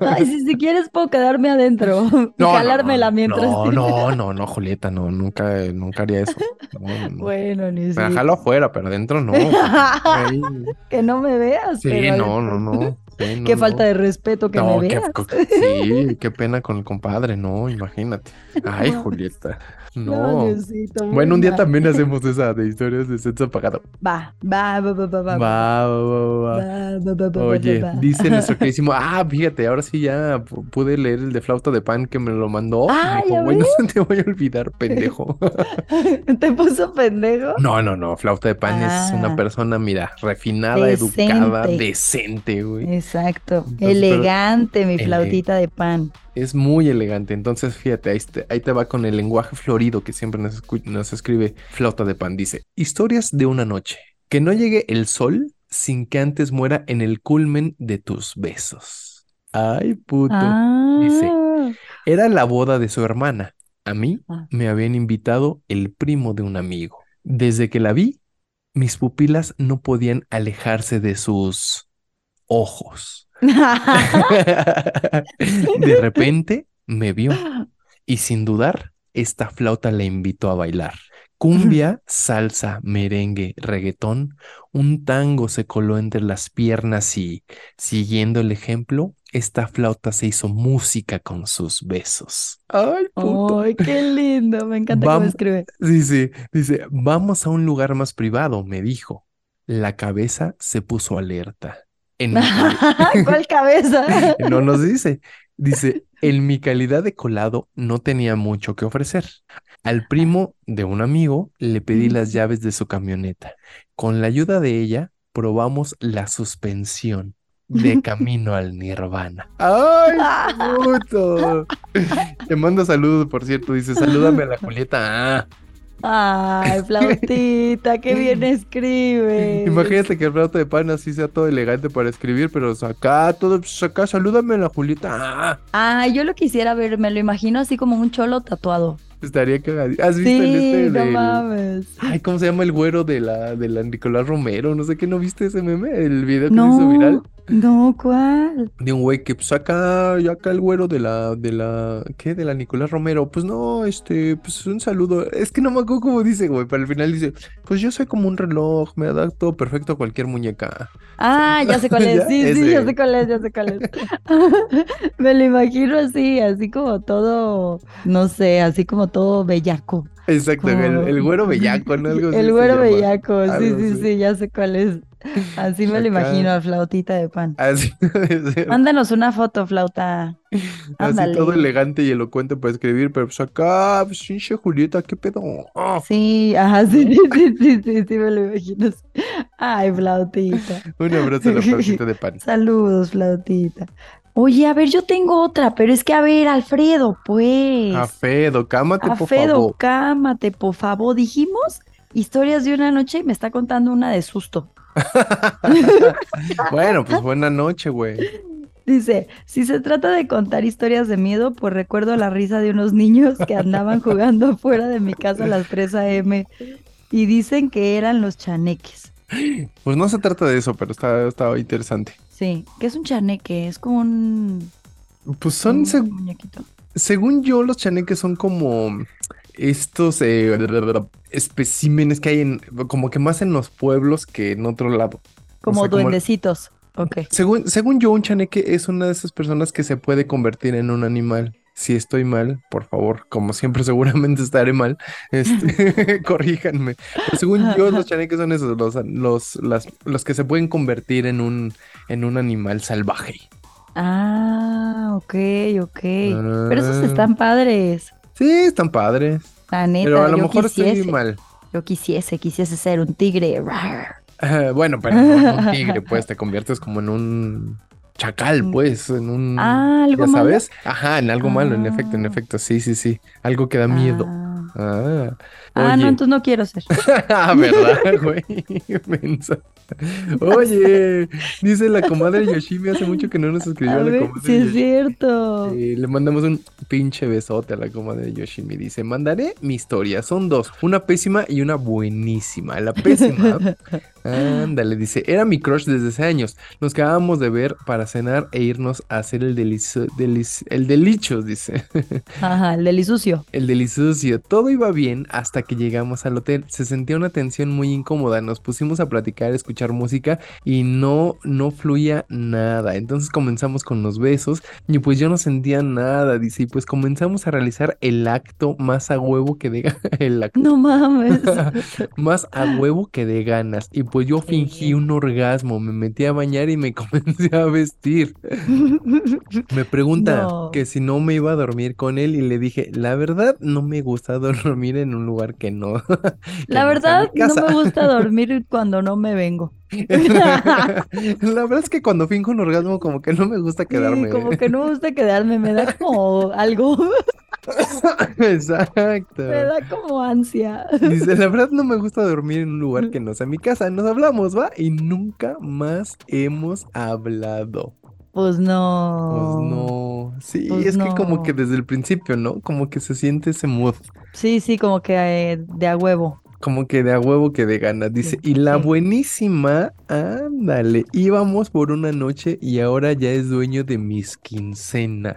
S1: Ay, si, si quieres puedo quedarme adentro y
S2: No, no,
S1: jalármela
S2: no,
S1: mientras.
S2: No, no, no, no, Julieta, no, nunca, eh, nunca haría eso. No, no, no.
S1: Bueno, ni
S2: Me la
S1: Pues sí.
S2: jalo afuera, pero adentro no. Ahí-
S1: Que no me veas.
S2: Sí,
S1: pero
S2: no, no,
S1: adentro.
S2: no. Sí,
S1: Qué
S2: no,
S1: falta
S2: no.
S1: de respeto que
S2: No,
S1: me
S2: qué,
S1: veas.
S2: co- sí, qué pena con el compadre, no, imagínate. Ay,
S1: No.
S2: Julieta.
S1: No,
S2: No.
S1: Diosito, muy
S2: Bueno, un día
S1: mal.
S2: también hacemos esa de historias de sexo apagado.
S1: Va, va, va, va, va, va.
S2: Va, va, va, va.
S1: va, va, va, va,
S2: Oye,
S1: va, va.
S2: dice nuestro queridísimo, ah, fíjate, ahora sí ya pu- pude leer el de flauta de pan que me lo mandó. Me
S1: Ah,
S2: dijo,
S1: ¿ya
S2: güey, no se te voy a olvidar, pendejo.
S1: ¿Te puso pendejo?
S2: No, no, no, flauta de pan es
S1: Ah.
S2: una persona, mira, refinada, educada,
S1: Decente.
S2: decente, güey.
S1: Exacto.
S2: Entonces, pero- eh,
S1: Elegante, mi
S2: Ele-
S1: flautita de pan.
S2: Es muy elegante. Entonces, fíjate, ahí te, ahí te va con el lenguaje florido que siempre nos, escu- nos escribe Flauta de Pan. Dice, historias de una noche. Que no llegue el sol sin que antes muera en el culmen de tus besos. Ay, puto.
S1: Ah,
S2: dice. Era la boda de su hermana. A mí
S1: Ah.
S2: me habían invitado el primo de un amigo. Desde que la vi, mis pupilas no podían alejarse de sus ojos. De repente me vio y sin dudar, esta flauta le invitó a bailar. Cumbia, salsa, merengue, reggaetón, un tango se coló entre las piernas y, siguiendo el ejemplo, esta flauta se hizo música con sus besos. Ay, puto.
S1: Ay, qué lindo. Me encanta cómo
S2: Vamos-
S1: escribe.
S2: Sí, sí, dice, vamos a un lugar más privado, me dijo. La cabeza se puso alerta. En mi cali-
S1: ¿Cuál cabeza?
S2: no nos dice. Dice, en mi calidad de colado no tenía mucho que ofrecer. Al primo de un amigo le pedí las llaves de su camioneta. Con la ayuda de ella probamos la suspensión de camino al nirvana. ¡Ay, puto! Te mando saludos, por cierto. Dice, salúdame a la Julieta. Ah.
S1: Ay, flautita, qué bien
S2: Eh.
S1: escribe.
S2: Imagínate que el plato de pan así sea todo elegante para escribir, pero acá, todo, pues, acá, salúdame a la Julieta. Ah,
S1: Ah, yo lo quisiera ver, me lo imagino así como un cholo tatuado.
S2: estaría cagado. ¿Has visto el este
S1: Sí, no
S2: del-
S1: mames.
S2: Ay, ¿cómo se llama el güero de la, de la Nicolás Romero? No sé qué, ¿no viste ese meme? El video que se hizo viral
S1: No, no, ¿cuál?
S2: de un güey que pues acá, ya acá el güero de la, de la, ¿qué? De la Nicolás Romero. Pues no, este, pues un saludo. Es que no me acuerdo cómo dice, güey, pero al final dice, pues yo soy como un reloj, me adapto perfecto a cualquier muñeca.
S1: Ah, ya sé cuál es.
S2: ¿Ya?
S1: Sí, sí,
S2: Ese.
S1: ya sé cuál es, ya sé cuál es. Me lo imagino así, así como todo, no sé, así como todo bellaco.
S2: Exacto, el,
S1: Como-
S2: el güero bellaco, ¿no? Algo así
S1: El
S2: se
S1: güero
S2: llama.
S1: bellaco, sí,
S2: Algo
S1: sí,
S2: así.
S1: sí, ya sé cuál es. Así me lo
S2: Acá.
S1: imagino, a flautita de pan.
S2: Así debe ser.
S1: Mándanos una foto, flauta.
S2: Así todo
S1: ándale.
S2: elegante y elocuente para escribir, pero pues acá, pues pinche Julieta, ¿qué pedo? Ah,
S1: Sí, ajá, sí, sí, sí, sí, sí, sí, me lo imagino. Ay, flautita.
S2: Un abrazo a la platita de pan.
S1: Saludos, flautita. Oye, a ver, yo tengo otra, pero es que a ver, Alfredo, pues.
S2: Afedo, cámate, por
S1: Alfredo,
S2: favor.
S1: cámate, por favor. Dijimos historias de una noche y me está contando una de susto.
S2: Bueno, pues buena noche, güey.
S1: Dice, si se trata de contar historias de miedo, pues recuerdo la risa de unos niños que andaban jugando afuera de mi casa a las 3 a.m. y dicen que eran los chaneques.
S2: Pues no se trata de eso, pero está, está interesante.
S1: Sí, ¿qué es un chaneque? Es como un,
S2: Pues son,
S1: un
S2: se-
S1: muñequito.
S2: según yo, los chaneques son como estos eh, especímenes que hay en, como que más en los pueblos que en otro lado.
S1: Como
S2: sea, como-
S1: duendecitos. Ok.
S2: Según, según yo, un chaneque es una de esas personas que se puede convertir en un animal. Si estoy mal, por favor, como siempre seguramente estaré mal, este, corríjanme. Pero según yo, los chaneques son esos, los, los, las- los que se pueden convertir en un, en un animal salvaje.
S1: Ah, ok, ok. Pero esos
S2: Ah.
S1: están padres.
S2: Sí, están padres,
S1: La neta,
S2: pero a lo
S1: yo
S2: mejor
S1: quisiese,
S2: estoy mal.
S1: yo quisiese, quisiese ser un tigre. Rar.
S2: Ah, bueno, pero no en un tigre, pues te conviertes como en un chacal, pues, en un...
S1: Mm. Ah, algo
S2: ¿Ya
S1: malo.
S2: sabes? Ajá, en algo malo, en efecto, en
S1: Ah.
S2: efecto, sí, sí, sí. Algo que da miedo.
S1: Ah,
S2: Ah,
S1: Ah, no,
S2: oye.
S1: entonces no quiero ser.
S2: Ah, ¿verdad, güey? Mensa. Oye, dice la comadre Yoshimi, hace mucho que no nos escribió
S1: A
S2: la
S1: ver,
S2: comadre
S1: si es
S2: Yoshimi.
S1: cierto.
S2: Eh, le mandamos un pinche besote a la comadre Yoshimi. Dice, mandaré mi historia. Son dos, una pésima y una buenísima. La pésima, ándale, dice, era mi crush desde hace años. Nos quedábamos de ver para cenar e irnos a hacer el delicio, delici- el delichos, dice.
S1: Ajá, el del sucio.
S2: El delicioso, todo iba bien hasta que llegamos al hotel. Se sentía una tensión muy incómoda. Nos pusimos a platicar, a escuchar música y no, no fluía nada. Entonces comenzamos con los besos y pues yo no sentía nada. Dice, y pues comenzamos a realizar el acto más a huevo que de el acto
S1: No mames.
S2: más a huevo que de ganas. Y pues yo fingí
S1: Sí.
S2: un orgasmo, me metí a bañar y me comencé a vestir. Me pregunta
S1: No.
S2: que si no me iba a dormir con él y le dije, la verdad no me gusta dormir en un lugar que no.
S1: La
S2: no sea
S1: verdad,
S2: mi
S1: no
S2: casa.
S1: me gusta dormir cuando no me vengo.
S2: la verdad es que cuando finjo un orgasmo como que no me gusta
S1: Sí,
S2: quedarme.
S1: como que no me gusta quedarme, me da como algo,
S2: Exacto.
S1: me da como ansia.
S2: Dice, la verdad no me gusta dormir en un lugar que no sea mi casa. Nos hablamos, ¿va? Y nunca más hemos hablado.
S1: Pues
S2: Pues
S1: no.
S2: no. Sí,
S1: Pues
S2: es que como que
S1: no.
S2: desde el principio, ¿no? Como que se siente ese mood.
S1: Sí, sí, como que eh, de a huevo.
S2: Como que de a huevo que de ganas, dice. Y la
S1: sí.
S2: buenísima, ándale, íbamos por una noche y ahora ya es dueño de mis quincenas.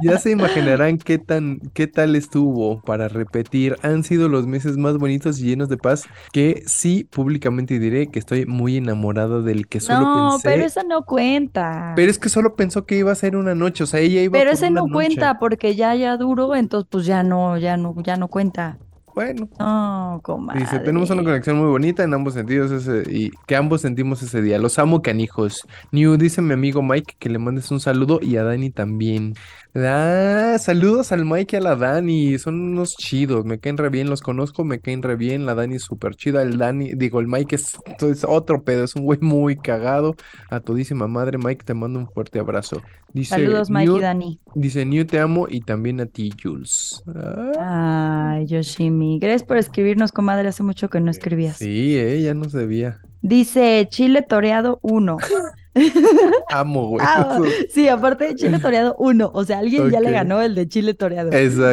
S2: Ya se imaginarán qué tan, qué tal estuvo para repetir. Han sido los meses más bonitos y llenos de paz que sí públicamente diré que estoy muy enamorado del que solo
S1: No,
S2: pensé.
S1: pero esa no cuenta.
S2: pero es que solo pensó que iba a ser una noche, o sea, ella iba
S1: Pero
S2: por
S1: ese
S2: una
S1: no
S2: noche.
S1: cuenta porque ya ya duró, entonces pues ya no, ya no, ya no cuenta.
S2: Bueno.
S1: No, comadre.
S2: Dice, tenemos una conexión muy bonita en ambos sentidos ese- y que ambos sentimos ese día. Los amo, canijos. New, dice mi amigo Mike que le mandes un saludo y a Dani también. Ah, saludos al Mike y a la Dani. Son unos chidos. Me caen re bien. Los conozco, me caen re bien. La Dani es súper chida. El Dani, digo, el Mike es, es otro pedo. Es un güey muy cagado. A todísima madre, Mike, te mando un fuerte abrazo. Dice,
S1: Saludos, Mike
S2: New,
S1: y Dani.
S2: dice, New, te amo y también a ti, Jules. Ah.
S1: Ay, Yoshimi. Gracias por escribirnos, comadre. Hace mucho que no escribías.
S2: Sí, eh, ya no se veía.
S1: Dice Chile Toreado 1.
S2: Amo, güey.
S1: Ah, sí, aparte de Chile Toreado 1. O sea, alguien ya le
S2: Ok.
S1: ganó el de Chile Toreado. ¿Sabes?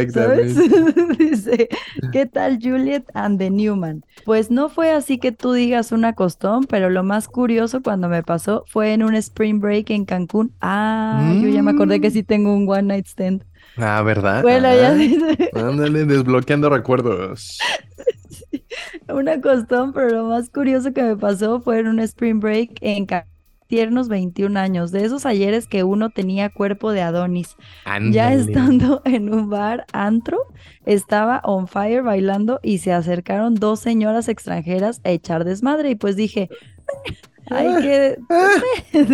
S2: Exactamente.
S1: Dice, ¿qué tal Juliet and the Newman? Pues no fue así que tú digas una costón, pero lo más curioso cuando me pasó fue en un spring break en Cancún. Ah, yo ya me acordé que sí tengo un one night stand.
S2: Mm. Ah, ¿verdad?
S1: Bueno, ya
S2: Ah,
S1: dice,
S2: Ándale, desbloqueando recuerdos.
S1: una costón, pero lo más curioso que me pasó fue en un spring break en Cancún. Tiernos 21 años, de esos ayeres que uno tenía cuerpo de Adonis. Ya
S2: Ándale.
S1: estando en un bar antro, estaba on fire bailando y se acercaron dos señoras extranjeras a echar desmadre y pues dije, hay que,
S2: Ah,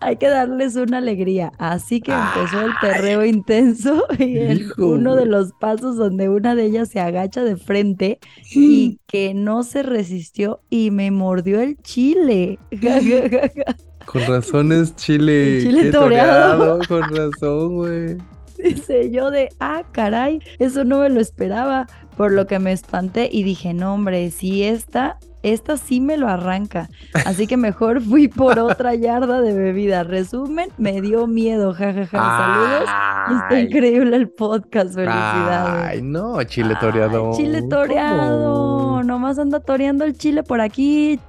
S1: hay que darles una alegría. Así que empezó el perreo intenso y en
S2: Hijo,
S1: uno de
S2: güey.
S1: los pasos donde una de ellas se agacha de frente
S2: Mm.
S1: y que no se resistió y me mordió el chile. Ja, ja, ja, ja.
S2: Con razón es chile.
S1: El chile
S2: qué
S1: toreado.
S2: Con razón, güey.
S1: Dice yo de, ah, caray, eso no me lo esperaba, por lo que me espanté y dije, no, hombre, si esta, esta sí me lo arranca. Así que mejor fui por otra yarda de bebida. Resumen, me dio miedo, jajaja. Saludos. y Está
S2: Ah, Ay,
S1: increíble el podcast, felicidades.
S2: Ay, no, chile toreado.
S1: Ay, Chile toreado,
S2: ¿Cómo?
S1: nomás anda toreando el chile por aquí,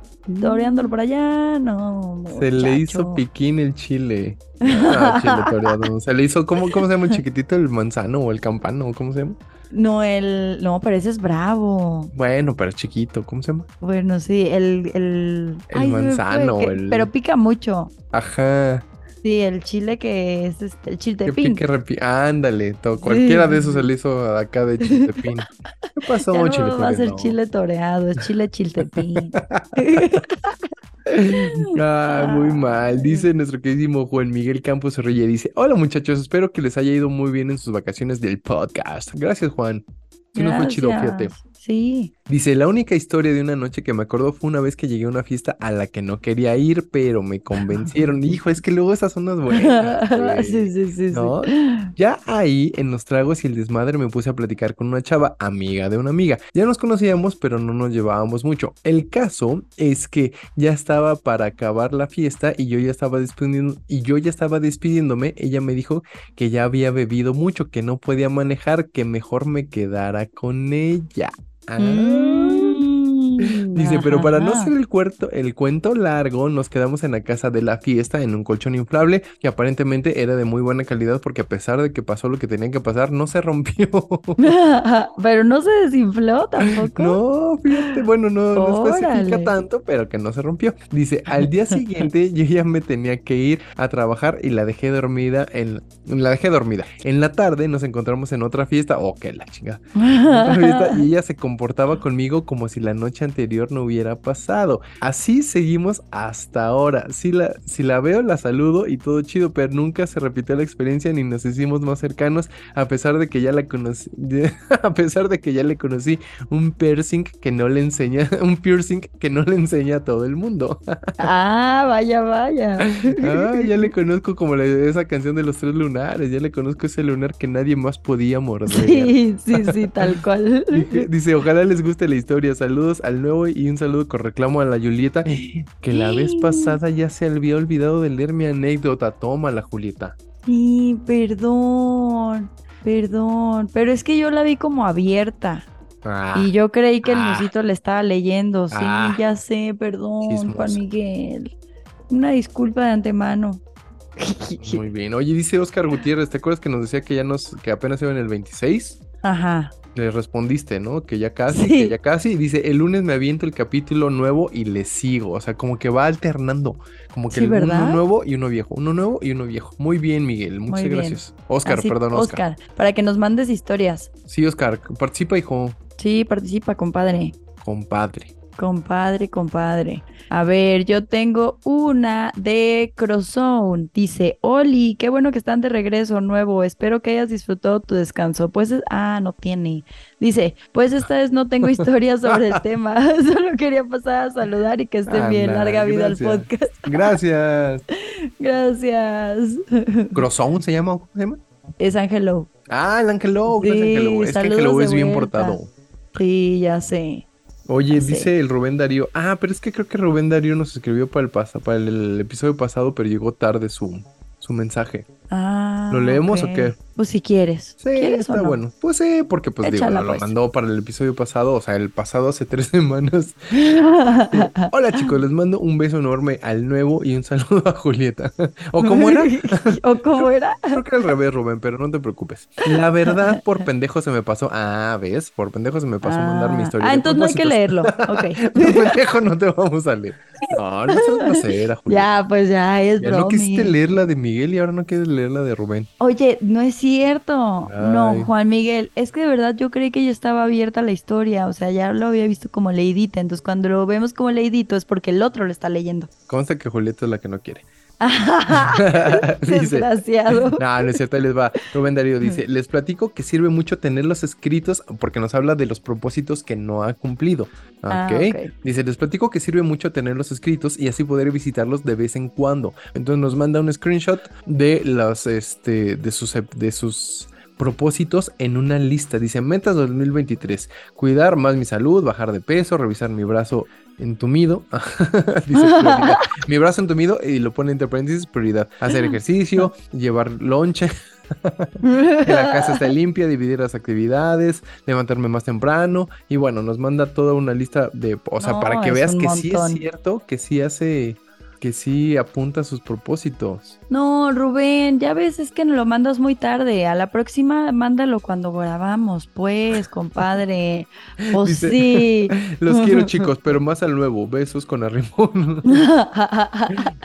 S1: toreándolo por allá, no.
S2: Mm. Se le hizo
S1: muchacho.
S2: piquín el chile. Ah, chile toreado. Se le hizo, ¿cómo, ¿cómo se llama el chiquitito? ¿El manzano o el campano? ¿Cómo se llama?
S1: No, el, no, pero ese es bravo.
S2: Bueno, pero chiquito, ¿cómo se llama?
S1: Bueno, sí, el, el,
S2: El
S1: se me fue,
S2: manzano,
S1: que-
S2: el-
S1: pero pica mucho.
S2: Ajá.
S1: Sí, el chile que es este, el
S2: Que
S1: chiltepín.
S2: pique repi... Ándale, to- cualquiera de
S1: sí,
S2: esos se
S1: sí.
S2: le hizo a acá de chiltepín. ¿Qué pasó,
S1: Ya no
S2: chile?
S1: va a ser
S2: Toreado?
S1: chile toreado, es chile chiltepín.
S2: Ah, muy mal.
S1: Ay.
S2: Dice nuestro queridísimo Juan Miguel Campos Herrilla. Dice: Hola, muchachos, espero que les haya ido muy bien en sus vacaciones del podcast. Gracias, Juan. Sí, nos fue chido, fíjate.
S1: Gracias. Sí.
S2: Dice, la única historia de una noche que me acordó fue una vez que llegué a una fiesta a la que no quería ir, pero me convencieron. Hijo, es que luego esas son las buenas, güey.
S1: sí, sí, sí, sí.
S2: ¿No? Ya ahí, en los tragos y el desmadre, me puse a platicar con una chava, amiga de una amiga. Ya nos conocíamos, pero no nos llevábamos mucho. El caso es que ya estaba para acabar la fiesta y yo ya estaba despidiendo, y yo ya estaba despidiéndome. Ella me dijo que ya había bebido mucho, que no podía manejar, que mejor me quedara con ella. Ah.
S1: Mm,
S2: Dice, pero para no
S1: ajá.
S2: hacer el, cuerto, el cuento largo, nos quedamos en la casa de la fiesta en un colchón inflable que aparentemente era de muy buena calidad porque a pesar de que pasó lo que tenía que pasar, no se rompió.
S1: pero no se desinfló tampoco.
S2: No, fíjate, bueno, no, no especifica
S1: Órale.
S2: tanto, pero que no se rompió. Dice, al día siguiente yo ya me tenía que ir a trabajar y la dejé dormida en la dejé dormida. En la tarde nos encontramos en otra fiesta, oh, que la chingada. otra fiesta y ella se comportaba conmigo como si la noche anterior no hubiera pasado. Así seguimos hasta ahora. Si la, si la veo, la saludo y todo chido, pero nunca se repitió la experiencia ni nos hicimos más cercanos, a pesar de que ya la conocí, a pesar de que ya le conocí un piercing que no le enseña, un piercing que no le enseña a todo el mundo.
S1: Ah, vaya, vaya.
S2: Ah, ya le conozco como la- esa canción de los tres lunares, ya le conozco ese lunar que nadie más podía morder.
S1: Sí, sí, sí, tal cual.
S2: Dije- Dice, ojalá les guste la historia. Saludos al nuevo y un saludo con reclamo a la Julieta, que la vez pasada ya se había olvidado de leer mi anécdota. Toma la Julieta.
S1: Sí, perdón, perdón, pero es que yo la vi como abierta
S2: Ah,
S1: y yo creí que el
S2: ah,
S1: musito le estaba leyendo. Sí,
S2: ah,
S1: ya sé, perdón, Juan
S2: chismosa.
S1: Miguel. Una disculpa de antemano.
S2: muy bien. Oye, dice Oscar Gutiérrez, ¿te acuerdas que nos decía que ya nos, que apenas iba en el 26?
S1: Ajá.
S2: Le respondiste, ¿no? Que ya casi,
S1: Sí.
S2: que ya casi. Dice, el lunes me aviento el capítulo nuevo y le sigo. O sea, como que va alternando. Como que
S1: Sí,
S2: el- uno
S1: ¿verdad?
S2: nuevo y uno viejo. Uno nuevo y uno viejo. Muy bien, Miguel. Muchas
S1: bien.
S2: gracias. Oscar,
S1: Así-
S2: perdón, Oscar.
S1: Oscar, para que nos mandes historias.
S2: Sí, Oscar, participa, hijo.
S1: Sí, participa, compadre.
S2: Compadre.
S1: Compadre, compadre. A ver, yo tengo una de Crozone. Dice, Oli, qué bueno que están de regreso nuevo. Espero que hayas disfrutado tu descanso. Pues, es- ah, no tiene. Dice, pues esta vez no tengo historias sobre el tema. Solo quería pasar a saludar y que estén bien.
S2: Anda,
S1: Larga vida al
S2: Ah, gracias.
S1: podcast.
S2: Gracias.
S1: Gracias.
S2: Crozón se llama, ¿cómo se llama?
S1: Es Angelo.
S2: Ah, el Ángel Lowe,
S1: Sí,
S2: gracias, Ángel Lowe. Es que
S1: saludos
S2: Ángel Lowe
S1: de
S2: es bien
S1: vuelta.
S2: portado.
S1: Sí, ya sé.
S2: Oye,
S1: Sí.
S2: dice el Rubén Darío. Ah, pero es que creo que Rubén Darío nos escribió para el, pasa- para el episodio pasado, pero llegó tarde su, su mensaje.
S1: Ah,
S2: ¿Lo leemos o
S1: ok.
S2: qué?
S1: Pues si quieres.
S2: Sí,
S1: ¿Quieres o
S2: está
S1: no?
S2: bueno. Pues sí, porque pues digo,
S1: Échala,
S2: lo
S1: pues.
S2: mandó para el episodio pasado, o sea, el pasado hace tres semanas. Hola chicos, les mando un beso enorme al nuevo y un saludo a Julieta. ¿O cómo era?
S1: ¿O cómo era?
S2: Creo que era al revés, Rubén, pero no te preocupes. La verdad, por pendejo se me pasó. Ah, ¿ves? Por pendejo se me pasó mandar
S1: Ah,
S2: mi historia.
S1: Ah,
S2: de
S1: entonces no hay que
S2: propósitos.
S1: leerlo. Ok.
S2: Por pendejo no te vamos a leer. No, no seas grosera, Julieta.
S1: ya, pues ya es
S2: Ya no quisiste
S1: bromi.
S2: leer la de Miguel y ahora no quieres leer la de Rubén.
S1: Oye, no es cierto.
S2: Ay.
S1: No, Juan Miguel, es que de verdad yo creí que ya estaba abierta la historia. O sea, ya lo había visto como leidita. Entonces, cuando lo vemos como leidito es porque el otro lo está leyendo. Ah,
S2: Consta que Julieta es la que no quiere. Dice.
S1: Desgraciado.
S2: No, no es cierto, ahí les va. Rubén Darío dice, les platico que sirve mucho tenerlos escritos porque nos habla de los propósitos que no ha cumplido.
S1: Ah,
S2: ok.
S1: ok.
S2: Dice, les platico que sirve mucho tenerlos escritos y así poder visitarlos de vez en cuando. Entonces nos manda un screenshot de las, este, de sus, de sus propósitos en una lista. Dice, metas 2023, cuidar más mi salud, bajar de peso, revisar mi brazo entumido. Dice, prioridad. mi brazo entumido y lo pone entre paréntesis, prioridad. Hacer ejercicio, llevar lonche, que la casa esté limpia, dividir las actividades, levantarme más temprano y bueno, nos manda toda una lista de, o sea,
S1: No,
S2: para que
S1: es
S2: veas
S1: un
S2: que sí es
S1: montón.
S2: cierto, que sí hace, que sí apunta a sus propósitos.
S1: No, Rubén, ya ves, es que nos lo mandas muy tarde. A la próxima, mándalo cuando grabamos, pues, compadre. Pues O
S2: Dice-
S1: sí.
S2: Los quiero chicos, pero más al nuevo, besos con arrimón.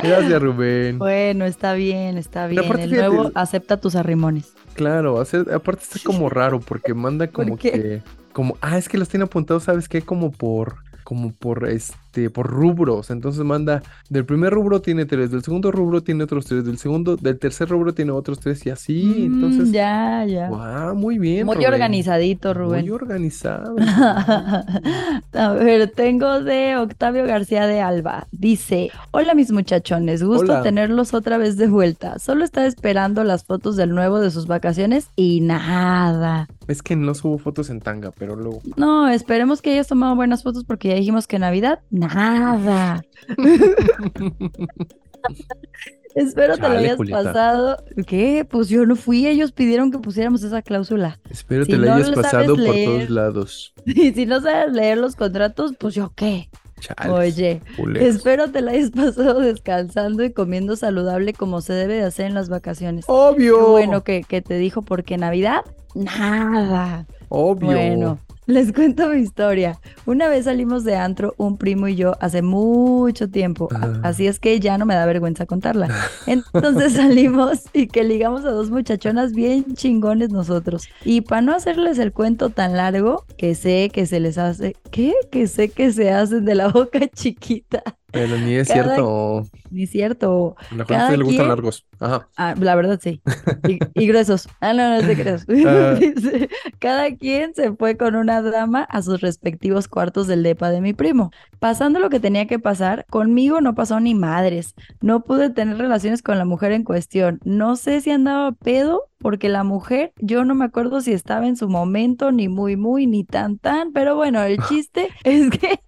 S2: Gracias Rubén.
S1: Bueno, está bien, está bien.
S2: aparte,
S1: el
S2: fíjate-
S1: nuevo acepta tus arrimones.
S2: Claro, hace- aparte está como raro porque manda como
S1: qué?
S2: que, como, ah, es que los tiene apuntados, ¿sabes qué? Como por, como por, este, por rubros. Entonces manda, del primer rubro tiene tres, del segundo rubro tiene otros tres, del segundo, del tercer rubro tiene otros tres y así.
S1: Mm,
S2: Entonces,
S1: ya, ya.
S2: guau, muy bien,
S1: Muy
S2: Rubén.
S1: organizadito, Rubén.
S2: Muy organizado.
S1: A ver, tengo de Octavio García de Alba. Dice, hola mis muchachones, gusto
S2: Hola.
S1: tenerlos otra vez de vuelta. Solo estaba esperando las fotos del nuevo de sus vacaciones y nada.
S2: Es que no subo fotos en tanga, pero luego.
S1: No, esperemos que hayas tomado buenas fotos porque ya dijimos que Navidad, nada. Espero te lo
S2: Chale,
S1: hayas
S2: Julieta.
S1: pasado. ¿Qué? Pues yo no fui, ellos pidieron que pusiéramos esa cláusula.
S2: Espero
S1: Si
S2: te lo
S1: no
S2: hayas
S1: lo sabes
S2: pasado por
S1: leer.
S2: todos lados.
S1: Y si no sabes leer los contratos, pues yo qué.
S2: Chales,
S1: Oye,
S2: culeros.
S1: espero te la hayas pasado descansando y comiendo saludable como se debe de hacer en las vacaciones. Qué
S2: Obvio,
S1: bueno que, que te dijo porque Navidad, nada.
S2: obvio.
S1: Bueno, les cuento mi historia. Una vez salimos de antro, un primo y yo, hace mucho tiempo. a-
S2: Ah.
S1: Así es que ya no me da vergüenza contarla. Entonces salimos y que ligamos a dos muchachonas bien chingones nosotros. Y para no hacerles el cuento tan largo, que sé que se les hace... ¿Qué? Que sé que se hacen de la boca chiquita.
S2: Pero ni es
S1: cada-
S2: cierto.
S1: Ni cierto.
S2: A la
S1: Cada
S2: gente le gustan
S1: quien-
S2: largos. Ajá.
S1: Ah, la verdad sí. Y, y gruesos. Ah, no, no te creas.
S2: Ah.
S1: Dice, Cada quien se fue con una dama a sus respectivos cuartos del depa de mi primo. Pasando lo que tenía que pasar, conmigo no pasó ni madres. No pude tener relaciones con la mujer en cuestión. No sé si andaba pedo, porque la mujer, yo no me acuerdo si estaba en su momento, ni muy, muy, ni tan, tan. Pero bueno, el chiste es que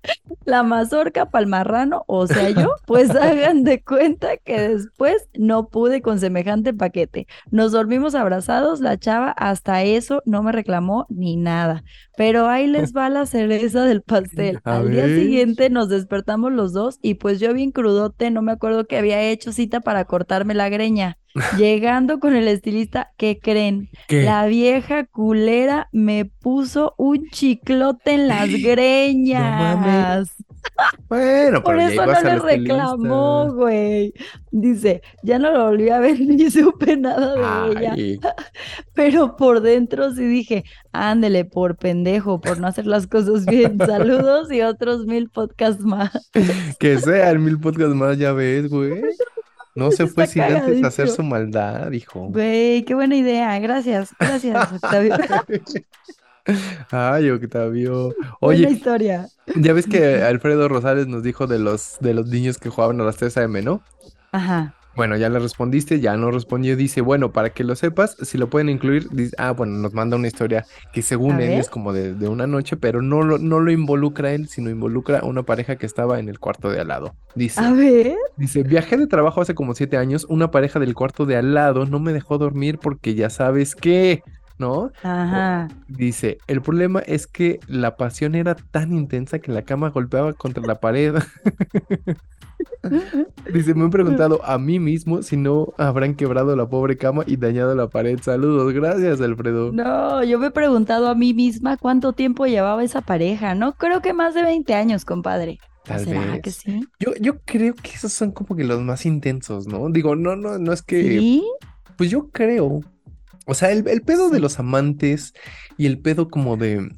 S1: la mazorca palmarrano, o sea, yo, pues hagan de cuenta que después no pude con semejante paquete. Nos dormimos abrazados, la chava hasta eso no me reclamó ni nada. Pero ahí les va la cereza del pastel.
S2: A
S1: Al día
S2: ver.
S1: siguiente nos despertamos los dos y pues yo bien crudote, no me acuerdo que había hecho cita para cortarme la greña. Llegando con el estilista, ¿qué creen?
S2: ¿Qué?
S1: La vieja culera me puso un chiclote en las greñas.
S2: Bueno,
S1: Por
S2: pero ya
S1: eso
S2: ibas
S1: no
S2: al
S1: le
S2: estilista.
S1: reclamó, güey. Dice, ya no lo volví a ver ni supe nada de ella.
S2: Ay,
S1: pero por dentro sí dije, ándele por pendejo, por no hacer las cosas bien. Saludos y otros mil podcasts más.
S2: Que sean mil podcasts más, ya ves, güey. No se fue
S1: Está
S2: sin antes
S1: cagadísimo.
S2: hacer su maldad, hijo.
S1: Güey, qué buena idea. Gracias, gracias, Octavio.
S2: Ay, Octavio.
S1: Buena
S2: Oye,
S1: historia.
S2: ya ves que Alfredo Rosales nos dijo de los, de los niños que jugaban a las 3 AM, ¿no?
S1: Ajá.
S2: Bueno, ya le respondiste, ya no respondió. Dice, bueno, para que lo sepas, si lo pueden incluir, dice, ah, bueno, nos manda una historia que según
S1: A
S2: él
S1: ver.
S2: es como de, de una noche, pero no lo, no lo involucra él, sino involucra a una pareja que estaba en el cuarto de al lado. Dice,
S1: A ver.
S2: Dice, viajé de trabajo hace como siete años, una pareja del cuarto de al lado no me dejó dormir porque ya sabes qué, ¿no?
S1: Ajá.
S2: Dice, el problema es que la pasión era tan intensa que la cama golpeaba contra la pared. Dice, me han preguntado a mí mismo si no habrán quebrado la pobre cama y dañado la pared. Saludos, gracias, Alfredo.
S1: No, yo me he preguntado a mí misma cuánto tiempo llevaba esa pareja. No creo que más de 20 años, compadre.
S2: Tal
S1: ¿Será
S2: vez.
S1: que sí?
S2: Yo, yo creo que esos son como que los más intensos, ¿no? Digo, no, no, no es que...
S1: Sí.
S2: Pues yo creo. O sea, el, el pedo de los amantes y el pedo como de,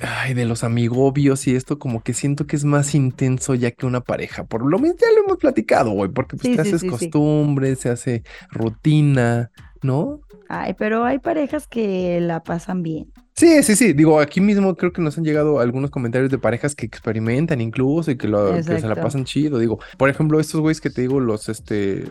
S2: ay, de los amigobios y esto como que siento que es más intenso ya que una pareja. Por lo menos ya lo hemos platicado, güey, porque pues
S1: Sí,
S2: te
S1: sí,
S2: haces
S1: sí, sí.
S2: costumbre, se hace rutina, ¿no?
S1: Ay, pero hay parejas que la pasan bien.
S2: Sí, sí, sí. Digo, aquí mismo creo que nos han llegado algunos comentarios de parejas que experimentan incluso y que, lo, que se la
S1: Exacto.
S2: pasan chido. Digo, por ejemplo, estos güeyes que te digo, los este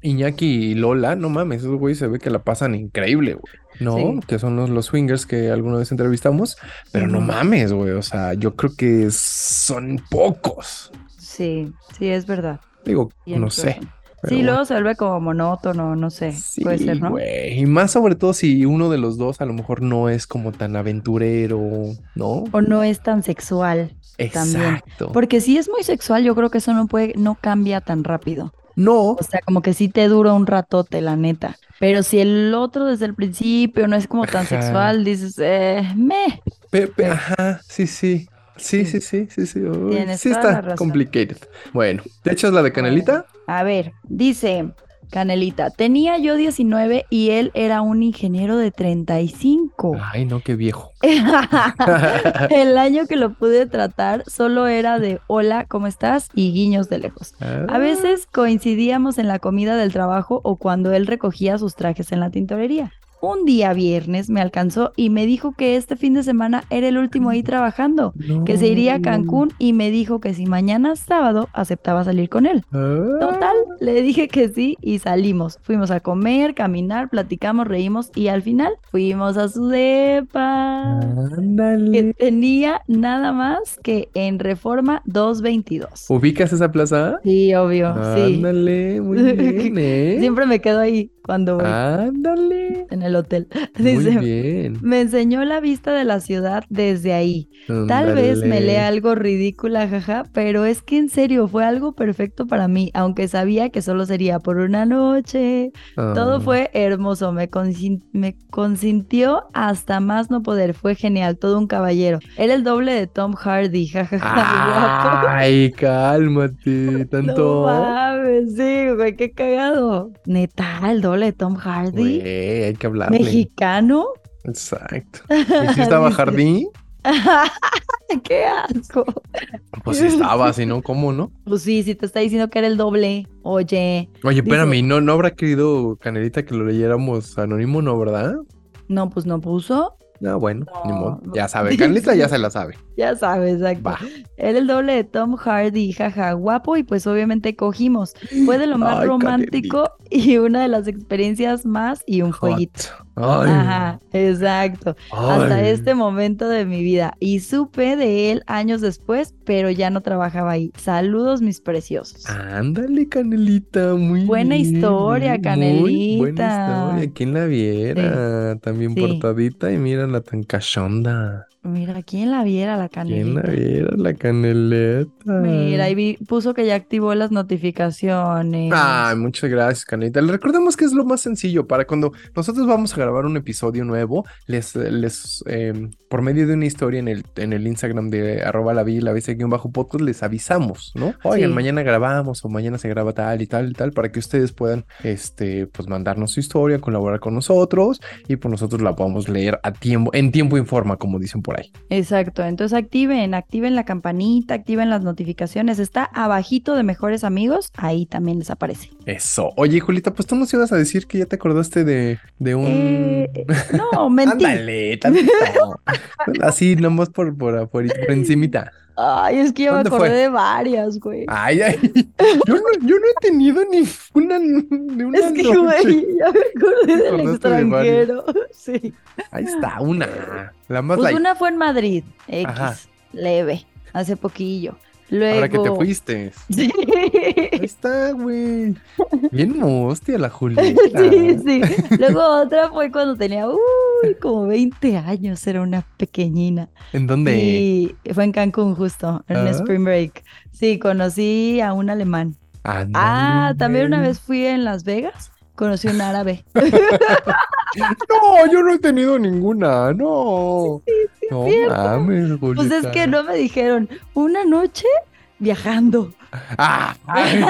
S2: Iñaki y Lola, no mames, esos güeyes se ve que la pasan increíble, güey. No,
S1: Sí.
S2: que son los, los swingers que alguna vez entrevistamos, pero no
S1: Ujú.
S2: mames, güey. O sea, yo creo que son pocos.
S1: Sí, sí, es verdad.
S2: Digo,
S1: Tienes
S2: no sé.
S1: razón.
S2: pero
S1: Sí,
S2: bueno.
S1: luego se vuelve como monótono, no sé. Puede
S2: Sí,
S1: ser, ¿no?
S2: güey. Y más sobre todo si uno de los dos a lo mejor no es como tan aventurero, ¿no?
S1: O no es tan sexual. también.
S2: Exacto.
S1: Porque si es muy sexual, yo creo que eso no puede, no cambia tan rápido.
S2: No,
S1: O sea, como que sí te dura un ratote, la neta. Pero si el otro desde el principio no es como tan
S2: Ajá.
S1: sexual, dices, eh, me.
S2: Pepe,
S1: Sí.
S2: ajá, sí, sí. Sí, sí, sí, sí, sí. uy,
S1: Tienes
S2: sí
S1: toda
S2: está
S1: la razón.
S2: complicated. Bueno, ¿te echas la de Canelita?
S1: A ver, dice Canelita, tenía yo 19 y él era un ingeniero de 35.
S2: Ay, no, qué viejo. Ah.
S1: el año que lo pude tratar solo era de hola, ¿cómo estás? y guiños de lejos.
S2: Ah.
S1: A veces coincidíamos en la comida del trabajo o cuando él recogía sus trajes en la tintorería. Un día viernes me alcanzó y me dijo que este fin de semana era el último ahí trabajando, que se iría a Cancún y me dijo que si mañana sábado aceptaba salir con él.
S2: Ah,
S1: Total, le dije que sí y salimos. Fuimos a comer, caminar, platicamos, reímos y al final fuimos a su
S2: Ah.
S1: depa. Que
S2: Ándale.
S1: tenía nada más que en Reforma 222.
S2: ¿Ubicas esa plaza?
S1: Sí, obvio, sí.
S2: Ándale, muy bien, ¿eh?
S1: Siempre me quedo ahí cuando voy
S2: Ándale.
S1: en el hotel.
S2: Ah. Muy
S1: Dice,
S2: bien.
S1: me enseñó la vista de la ciudad desde ahí. Tal vez me
S2: Ándale.
S1: lea algo ridícula, jaja, pero es que en serio fue algo perfecto para mí, aunque sabía que solo sería por una noche. Todo
S2: Ah.
S1: fue hermoso, me, consin- me consintió hasta más no poder, fue genial, todo un caballero. Era el doble de Tom Hardy, jajaja, guapo.
S2: Ay, cálmate, tanto.
S1: No mames, sí, güey, qué cagado. Neta, el doble de Tom Hardy,
S2: Güey, hay que hablarle.
S1: mexicano.
S2: Exacto. ¿Y si estaba
S1: Dice.
S2: Jardín?
S1: qué asco.
S2: Pues sí estaba, si no, ¿cómo no?
S1: Pues sí, si te está diciendo que era el doble, oye,
S2: Oye,
S1: Dice-
S2: espérame, ¿y ¿no, no habrá querido Canelita que lo leyéramos anónimo, no, verdad?
S1: no, pues no puso.
S2: Ah, bueno, ni
S1: No,
S2: modo.
S1: no.
S2: Ya sabe, Canelita ya se la sabe.
S1: Ya sabes, exacto.
S2: Va.
S1: Era el doble de Tom Hardy, jaja, guapo y pues obviamente cogimos. Fue de lo más
S2: Ay,
S1: romántico y una de las experiencias más y un fueguito.
S2: Hot. Ay,
S1: Ajá, exacto. Hasta
S2: ay.
S1: este momento de mi vida. Y supe de él años después, pero ya no trabajaba ahí. Saludos, mis preciosos.
S2: Ah. Ándale, Canelita, muy
S1: Buena
S2: bien,
S1: historia,
S2: ¿eh? Muy buena
S1: Canelita.
S2: historia, ¿quién la viera? También
S1: Sí.
S2: portadita y mírala tan cachonda.
S1: Mira, ¿quién la viera la
S2: ¿Quién la
S1: canelita?
S2: viera la caneleta?
S1: Mira, ahí vi- puso que ya activó las notificaciones.
S2: Ay, muchas gracias, Canelita. Les recordamos que es lo más sencillo para cuando nosotros vamos a grabar un episodio nuevo, les, les eh, por medio de una historia en el, en el Instagram de arroba la vi, la vi, guión bajo podcast, les avisamos, ¿no? Oigan,
S1: Sí.
S2: mañana grabamos o mañana se graba tal y tal y tal, para que ustedes puedan, este, pues mandarnos su historia, colaborar con nosotros y pues nosotros la podamos leer a tiempo, en tiempo y forma, como dicen por ahí.
S1: Exacto, entonces activen, activen la campanita, activen las notificaciones. Está abajito de mejores amigos, ahí también les aparece.
S2: Eso. Oye, Julita, pues tú nos ibas a decir que ya te acordaste de, de un...
S1: Eh, no, mentí.
S2: Ándale, tantito. Así, nomás por, por, por, por encimita.
S1: Ay, es que yo me
S2: ¿Dónde
S1: acordé
S2: fue? Ah.
S1: de varias, güey.
S2: Ay, ay. Yo no, yo no he tenido ni una, ni una
S1: es que,
S2: noche.
S1: güey, ya me acordé
S2: Te
S1: del
S2: acordaste de varias.
S1: extranjero. sí.
S2: Ahí está, una. La más
S1: Pues
S2: light.
S1: una fue en Madrid, X,
S2: Ajá.
S1: leve, hace poquillo. Luego.
S2: Ahora que te fuiste.
S1: Sí,
S2: Ahí está, güey. Bien hostia la Julieta.
S1: sí, sí. Luego otra fue cuando tenía, uy, como 20 años, era una pequeñina.
S2: ¿En dónde?
S1: Y fue en Cancún justo, en un
S2: Ah.
S1: Spring Break. Sí, conocí a un alemán.
S2: Ándale,
S1: Ah, también una
S2: güey.
S1: vez fui en Las Vegas, conocí a un árabe.
S2: No, yo no he tenido ninguna. No. no mames,
S1: Pues es que
S2: Julieta.
S1: no me dijeron, una noche viajando.
S2: ¡Ah! Ay,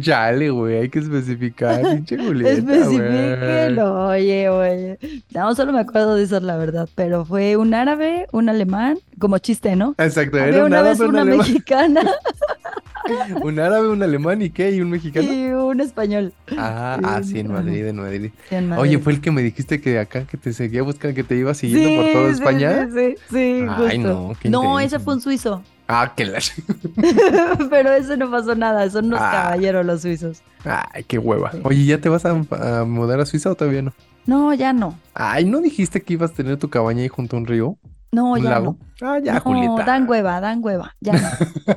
S2: Chale, güey, hay que especificar, pinche Julieta, güey.
S1: Especifíquelo, oye, oye. No, solo me acuerdo de esas, la verdad, pero fue un árabe, un alemán, como chiste, ¿no?
S2: Exacto,
S1: Había
S2: era un
S1: una vez
S2: árabe, un
S1: una
S2: alemán,
S1: mexicana
S2: un árabe, un alemán y qué, y un mexicano.
S1: y un español.
S2: Ah,
S1: Sí,
S2: ah, sí, en
S1: ajá.
S2: Madrid, en Madrid.
S1: Sí, en
S2: Oye,
S1: Madrid.
S2: fue el que me dijiste que acá que te seguía buscando, que te iba siguiendo por toda
S1: Sí, sí,
S2: España.
S1: Sí, sí, sí,
S2: Ay,
S1: justo.
S2: no, qué
S1: No,
S2: intenso.
S1: ese fue un suizo,
S2: Ah, que la...
S1: pero ese no pasó nada, son unos
S2: Ah.
S1: caballeros los suizos.
S2: Ay, qué hueva. Oye, ¿ya te vas a, a mudar a Suiza o todavía no?
S1: No, ya no.
S2: Ay, ¿no dijiste que ibas a tener tu cabaña ahí junto a un río?
S1: No,
S2: ¿Un
S1: ya
S2: lago? Ah, ya,
S1: no. No,
S2: Julieta.
S1: dan hueva, dan hueva, ya no.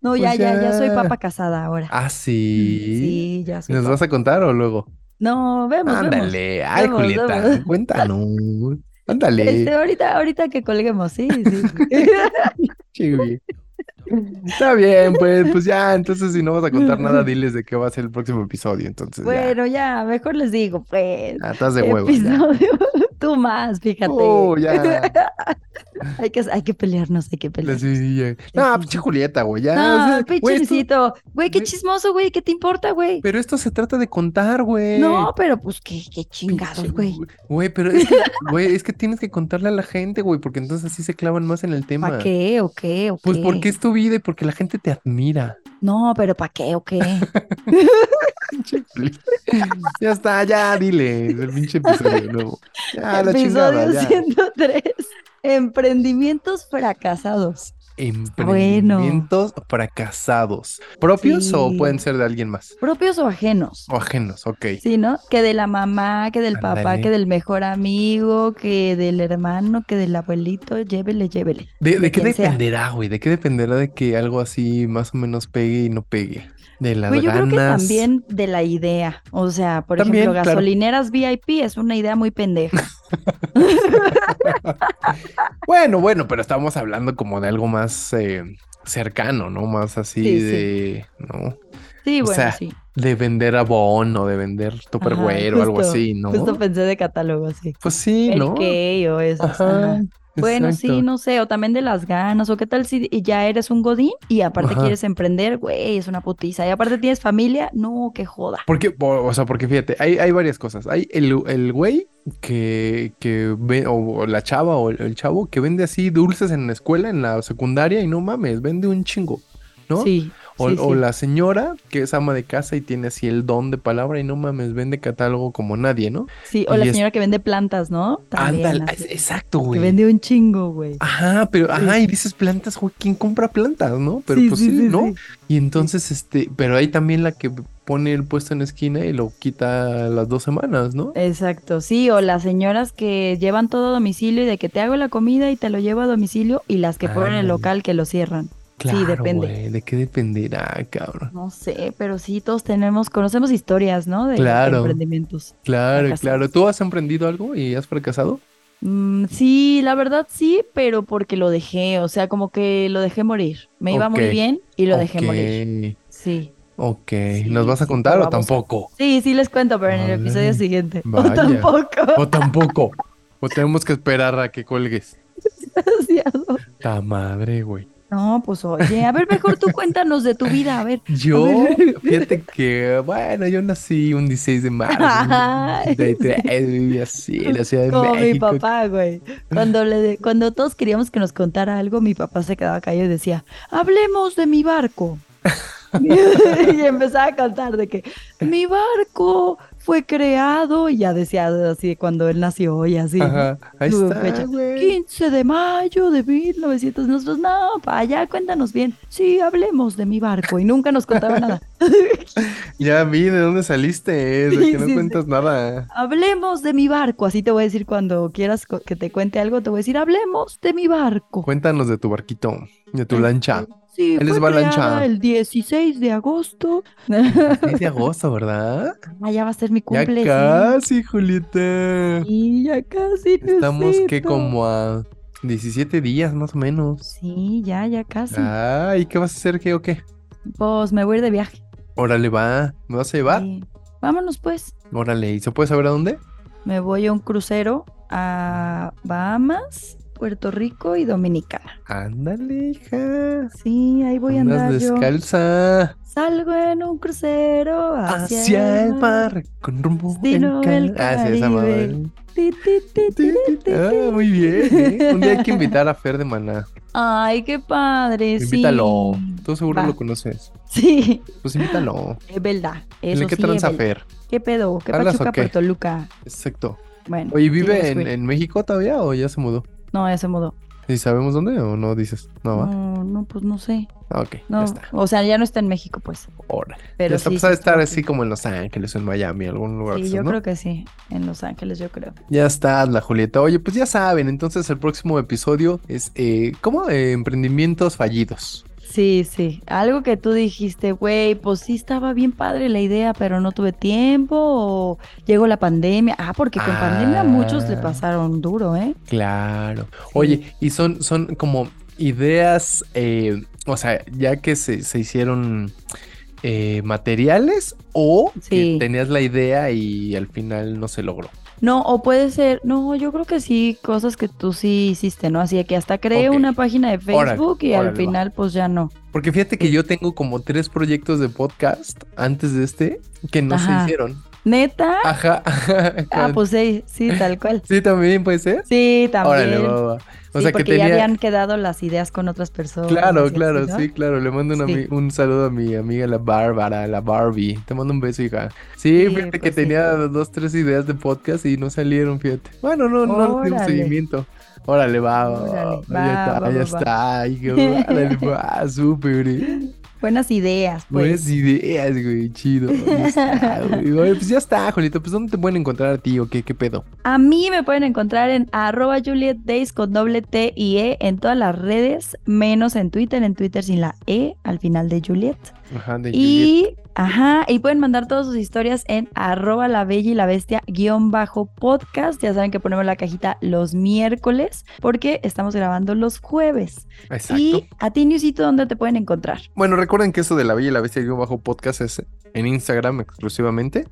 S1: no, ya,
S2: Pues
S1: ya, ya soy
S2: ya.
S1: papa casada ahora.
S2: Ah, sí.
S1: Sí, ya soy
S2: ¿Nos
S1: papa.
S2: vas a contar o luego?
S1: No, vemos, vemos.
S2: Ándale, ay,
S1: Vemos,
S2: Julieta,
S1: vemos.
S2: cuéntanos. Ándale,
S1: Este, ahorita, ahorita que colguemos, sí, sí.
S2: che, güey. Está bien, pues, pues ya, entonces si no vas a contar nada, diles de qué va a ser el próximo episodio, entonces ya.
S1: bueno, ya, mejor les digo, pues.
S2: Ah, estás de huevo. ya.
S1: episodio. Tú más, fíjate.
S2: Oh, ya.
S1: Hay que, hay que pelearnos, hay que
S2: La
S1: pelearnos.
S2: silla. No, pinche Julieta, güey, ya. o
S1: No,
S2: sea,
S1: pinche
S2: güey, esto-
S1: Luisito. Güey, qué
S2: güey.
S1: chismoso, güey. ¿Qué te importa, güey?
S2: pero esto se trata de contar, güey.
S1: No, pero pues qué, qué chingados,
S2: Pinche-
S1: güey.
S2: Güey, pero es que, güey, es que tienes que contarle a la gente, güey, porque entonces así se clavan más en el tema.
S1: ¿Para qué o qué o
S2: Pues
S1: qué?
S2: porque es tu vida y porque la gente te admira.
S1: No, pero ¿para qué o qué?
S2: Ya está, ya dile el pinche episodio nuevo. Ya, Ah, la chingada,
S1: Episodio
S2: ya.
S1: 103. Emprendimientos fracasados.
S2: Emprendimientos fracasados. ¿Propios o
S1: Sí.
S2: pueden ser de alguien más?
S1: Propios o ajenos.
S2: O ajenos, ok.
S1: Sí, ¿no? Que de la mamá, que del papá,
S2: Ándale.
S1: que del mejor amigo, que del hermano, que del abuelito, llévele, llévele.
S2: ¿De, de
S1: de
S2: qué
S1: quien sea.
S2: dependerá, güey? ¿De qué dependerá de que algo así más o menos pegue y no pegue? De las
S1: Güey, Pues yo creo que
S2: ganas.
S1: también de la idea. O sea, por
S2: También,
S1: ejemplo,
S2: claro.
S1: gasolineras VIP es una idea muy pendeja.
S2: Bueno, bueno, pero estamos hablando como de algo más eh, cercano, ¿no? Más así
S1: Sí, sí.
S2: de, ¿no?
S1: Sí,
S2: O
S1: bueno,
S2: sea,
S1: sí.
S2: De vender abón o de vender topperware o algo
S1: justo,
S2: así, ¿no?
S1: Justo pensé de catálogo, sí.
S2: Pues sí,
S1: El
S2: ¿no?
S1: que o eso.
S2: Ajá,
S1: Bueno, sí,
S2: exacto.
S1: no sé, o también de las ganas, o qué tal si ya eres un godín y aparte
S2: Ajá.
S1: quieres emprender, güey, es una putiza, y aparte tienes familia, no, qué joda.
S2: Porque, o o sea, porque fíjate, hay, hay varias cosas. Hay el, el güey que, que ve, o, o la chava o el, el chavo que vende así dulces en la escuela, en la secundaria, y no mames, vende un chingo, ¿no?
S1: Sí,
S2: O,
S1: sí,
S2: o
S1: sí.
S2: la señora que es ama de casa y tiene así el don de palabra y no mames, vende catálogo como nadie, ¿no?
S1: Sí, o
S2: y
S1: la
S2: es-
S1: señora que vende plantas, ¿no? También,
S2: Ándale,
S1: así,
S2: es- exacto,
S1: que
S2: güey. Ah,
S1: vende un chingo, güey.
S2: Ajá, pero, ajá, y dices plantas, güey, ¿quién compra plantas, no? Pero pues sí, ¿no? Y entonces, este, pero hay también la que pone el puesto en la esquina y lo quita a las dos semanas,
S1: Eh,
S2: ¿no?
S1: Exacto, sí, o las señoras que llevan todo a domicilio y de que te hago la comida y te lo llevo a domicilio y las que ponen el
S2: Ándale.
S1: local que lo cierran.
S2: Claro,
S1: depende.
S2: güey, ¿de qué dependerá, cabrón?
S1: No sé, pero sí, todos tenemos, conocemos historias, ¿no? De
S2: Claro.
S1: emprendimientos.
S2: Claro,
S1: Fracasados.
S2: claro. ¿Tú has emprendido algo y has fracasado?
S1: Mm, sí, la verdad sí, pero porque lo dejé, o sea, como que lo dejé morir. Me iba muy
S2: Ok,
S1: bien y lo dejé morir.
S2: morir.
S1: Sí.
S2: Ok,
S1: Sí,
S2: ¿nos vas a
S1: sí,
S2: contar
S1: pero
S2: o
S1: vamos a-
S2: tampoco?
S1: Sí, sí les cuento, pero en el
S2: Órale,
S1: episodio siguiente. O
S2: vaya.
S1: tampoco.
S2: O tampoco. O tenemos que esperar a que cuelgues.
S1: desgraciado.
S2: Ta madre, güey.
S1: No, pues oye, a ver, mejor tú cuéntanos de tu vida, a ver.
S2: Yo,
S1: ver.
S2: fíjate que, bueno, yo nací un 16 de marzo.
S1: Ay.
S2: De, y así, en la Ciudad de
S1: Como mi
S2: México.
S1: papá, güey. Cuando, le, cuando todos queríamos que nos contara algo, mi papá se quedaba callado y decía, hablemos de mi barco. y empezaba a contar de que mi barco fue creado, y ya decía así de cuando él nació y así. ¿no?
S2: Ajá, ahí
S1: Su
S2: está,
S1: fecha.
S2: güey.
S1: 15 de mayo de 1900. Nosotros, pues, no, pa, ya cuéntanos bien. Sí, hablemos de mi barco. Y nunca nos contaba nada.
S2: Ya vi de dónde saliste, eh, de
S1: Sí,
S2: que no
S1: sí, sí.
S2: cuentas nada.
S1: Hablemos de mi barco. Así te voy a decir cuando quieras co- que te cuente algo, te voy a decir, hablemos de mi barco.
S2: Cuéntanos de tu barquito, de tu lancha.
S1: Sí,
S2: Él es
S1: fue
S2: Balancha.
S1: creada el 16 de agosto.
S2: 6 de agosto, ¿verdad?
S1: Ah, ya va a ser mi cumple. sí.
S2: ya casi, Julieta.
S1: Sí, ya casi.
S2: Estamos que
S1: Diosito.
S2: como a 17 días más o menos.
S1: Sí, ya, ya casi.
S2: Ah, ¿y qué vas a hacer? ¿Qué o qué?
S1: Pues me voy a ir de viaje.
S2: Órale, va. ¿Me vas a llevar?
S1: Sí. Vámonos pues.
S2: Órale, ¿y se puede saber a dónde?
S1: Me voy a un crucero a Bahamas, Puerto Rico y Dominicana.
S2: Ándale, hija.
S1: Sí, ahí voy a
S2: Andas
S1: andar yo.
S2: descalza.
S1: Salgo en un crucero hacia,
S2: Hacia el mar, con rumbo
S1: Destino
S2: en
S1: del
S2: cal- Ah, sí, esa
S1: Caribe.
S2: madre.
S1: Ti, ti, ti, ti, ti, ti.
S2: Ah, muy bien. ¿eh? Un día hay que invitar a Fer de Maná.
S1: Ay, qué padre. sí.
S2: Invítalo. Tú seguro
S1: Va.
S2: lo conoces.
S1: Sí.
S2: Pues invítalo.
S1: Es verdad, eso
S2: Dile que
S1: sí es
S2: tranza
S1: verdad.
S2: Fer.
S1: ¿Qué pedo? ¿Qué
S2: ¿Jalas o
S1: Pachuca,
S2: qué?
S1: Puerto Luca?
S2: Exacto.
S1: Bueno.
S2: Oye,
S1: sí,
S2: ¿vive
S1: ya
S2: en,
S1: fui.
S2: en México todavía o ya se mudó?
S1: No, ya se mudó.
S2: ¿Y sabemos dónde o no dices? No, va.
S1: No, no, pues no sé.
S2: Ah, ok,
S1: No,
S2: ya está.
S1: o sea, ya no está en México, pues.
S2: Órale.
S1: Pero
S2: ya está,
S1: sí,
S2: pues, ha
S1: sí
S2: de estar
S1: estuvo
S2: así
S1: aquí.
S2: como en Los Ángeles o en Miami, algún lugar. de
S1: Sí,
S2: esos,
S1: yo
S2: ¿no?
S1: creo que sí. En Los Ángeles, yo creo.
S2: Ya está, la Julieta. Oye, pues ya saben, entonces el próximo episodio es eh, ¿cómo? Eh, emprendimientos fallidos.
S1: Sí, sí. Algo que tú dijiste, güey, pues sí estaba bien padre la idea, pero no tuve tiempo o llegó la pandemia. Ah, porque con pandemia a muchos le
S2: Ah.
S1: pasaron duro, ¿eh?
S2: Claro. Oye, y son, son como ideas, eh, o sea, ya que se, se hicieron eh, materiales o
S1: Sí.
S2: que tenías la idea y al final no se logró.
S1: No, o puede ser, no, yo creo que sí, cosas que tú sí hiciste, ¿no? Así de que hasta creé
S2: Ok.
S1: una página de
S2: Órale,
S1: Facebook y
S2: órale,
S1: al
S2: va.
S1: final pues ya no.
S2: Porque fíjate que yo tengo como tres proyectos de podcast antes de este que no
S1: Ajá.
S2: se hicieron.
S1: ¿Neta?
S2: Ajá.
S1: Ah, pues sí, sí, tal cual.
S2: Sí, también puede ser.
S1: Sí, también.
S2: Órale, va, va. O
S1: Sí,
S2: sea que
S1: porque
S2: tenía.
S1: ya habían quedado las ideas con otras personas. y
S2: Claro,
S1: así,
S2: claro,
S1: ¿no?
S2: sí, claro. Le mando una
S1: Sí.
S2: ami- un saludo a mi amiga la Bárbara, la Barbie. Te mando un beso, hija. Sí,
S1: Sí,
S2: fíjate que
S1: pues sí.
S2: tenía dos, tres ideas de podcast y no salieron, fíjate. Bueno, no, no le dimos
S1: Órale.
S2: seguimiento. Órale, va, va, va,
S1: Órale,
S2: va, ya
S1: va,
S2: está,
S1: va,
S2: ya
S1: va,
S2: está. Ay, qué órale, va, súper. eh.
S1: Buenas ideas, pues.
S2: Buenas ideas, güey, chido. Ya está, güey. Oye, pues ya está, Jolito. Pues ¿dónde te pueden encontrar a ti o qué, qué pedo?
S1: A mí me pueden encontrar en arroba Juliet Days con doble T y E en todas las redes, menos en Twitter, en Twitter sin la E al final de Juliet.
S2: Ajá, de Juliet.
S1: Y, ajá, y pueden mandar todas sus historias en arroba la bella y la bestia guión bajo podcast. Ya saben que ponemos la cajita los miércoles porque estamos grabando los jueves.
S2: Exacto.
S1: Y a ti, Newsito, ¿dónde te pueden encontrar?
S2: Bueno, recuerden que eso de la Bella y la Bestia guión bajo podcast es en Instagram exclusivamente.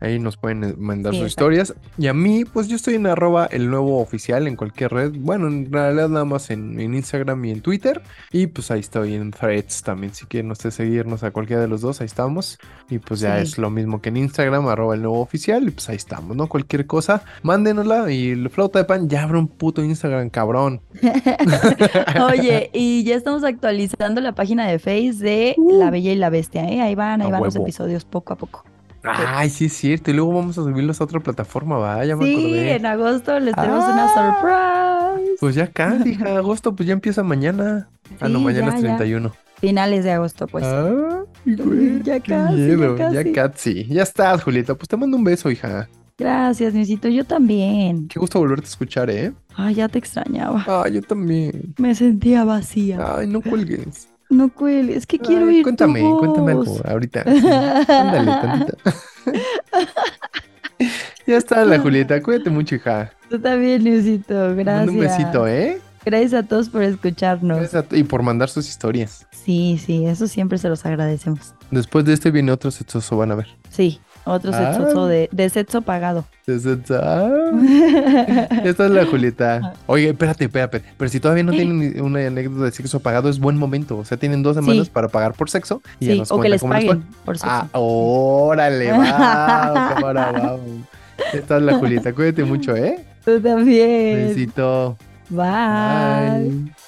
S2: Ahí nos pueden eh, mandar
S1: Sí,
S2: sus
S1: exacto.
S2: historias. Y a mí, pues yo estoy en arroba el nuevo oficial en cualquier red. Bueno, en realidad nada más en, en Instagram y en Twitter. Y pues ahí estoy en threads también. Si quieren ustedes seguirnos a cualquiera de los dos, ahí estamos. Y pues ya
S1: Sí.
S2: es lo mismo que en Instagram, arroba el nuevo oficial. Y pues ahí estamos, ¿no? Cualquier cosa, mándenosla. Y el flauta de pan ya abre un puto Instagram, cabrón.
S1: Oye, y ya estamos actualizando la página de Face de La Bella y la Bestia, ¿eh? Ahí van, ahí
S2: Uh. A
S1: van los
S2: huevo.
S1: episodios poco a poco.
S2: Ay, sí es cierto. Y luego vamos a subirlos a otra plataforma, vaya, me
S1: Ah. Sí,
S2: acordé.
S1: en agosto les tenemos
S2: Ah.
S1: una surprise.
S2: Pues ya casi, hija, agosto, pues ya empieza mañana. ah, no,
S1: Sí,
S2: mañana
S1: ya,
S2: es
S1: ya.
S2: 31.
S1: Finales de agosto, pues.
S2: Ah, güey,
S1: Ya
S2: qué
S1: casi, ya
S2: miedo,
S1: casi.
S2: casi. Ya estás, Julieta, pues te mando un beso, hija.
S1: Gracias, Newsito, yo también.
S2: Qué gusto volverte a escuchar, ¿eh?
S1: Ay, ya te extrañaba.
S2: Ah, yo también.
S1: Me sentía vacía.
S2: Ay, no cuelgues.
S1: No cuelgues, es que quiero
S2: Ay,
S1: ir.
S2: Cuéntame, cuéntame algo ahorita. sí. Ándale, tantito. ya está la Julieta, cuídate mucho, hija.
S1: Tú también, Luisito. Gracias.
S2: Un besito, ¿eh?
S1: Gracias a todos por escucharnos.
S2: Gracias a- Y por mandar sus historias.
S1: Sí, sí, eso siempre se los agradecemos.
S2: Después de este viene otro sexoso, van a ver.
S1: Sí, otro
S2: Ah.
S1: sexo de, de sexo pagado.
S2: Desde- ah, Esta es la Julieta. Oye, espérate, espérate. Pero si todavía no tienen ni una anécdota de sexo pagado, es buen momento. O sea, tienen dos semanas
S1: Sí.
S2: para pagar por sexo y ya
S1: sí,
S2: nos
S1: o que
S2: cuentan
S1: les
S2: cómo les
S1: paguen por sexo.
S2: Ah, órale, wow, cámara, wow. Esta es la Julieta, cuídate mucho, ¿eh?
S1: Tú también.
S2: Besito.
S1: Bye.
S2: Bye.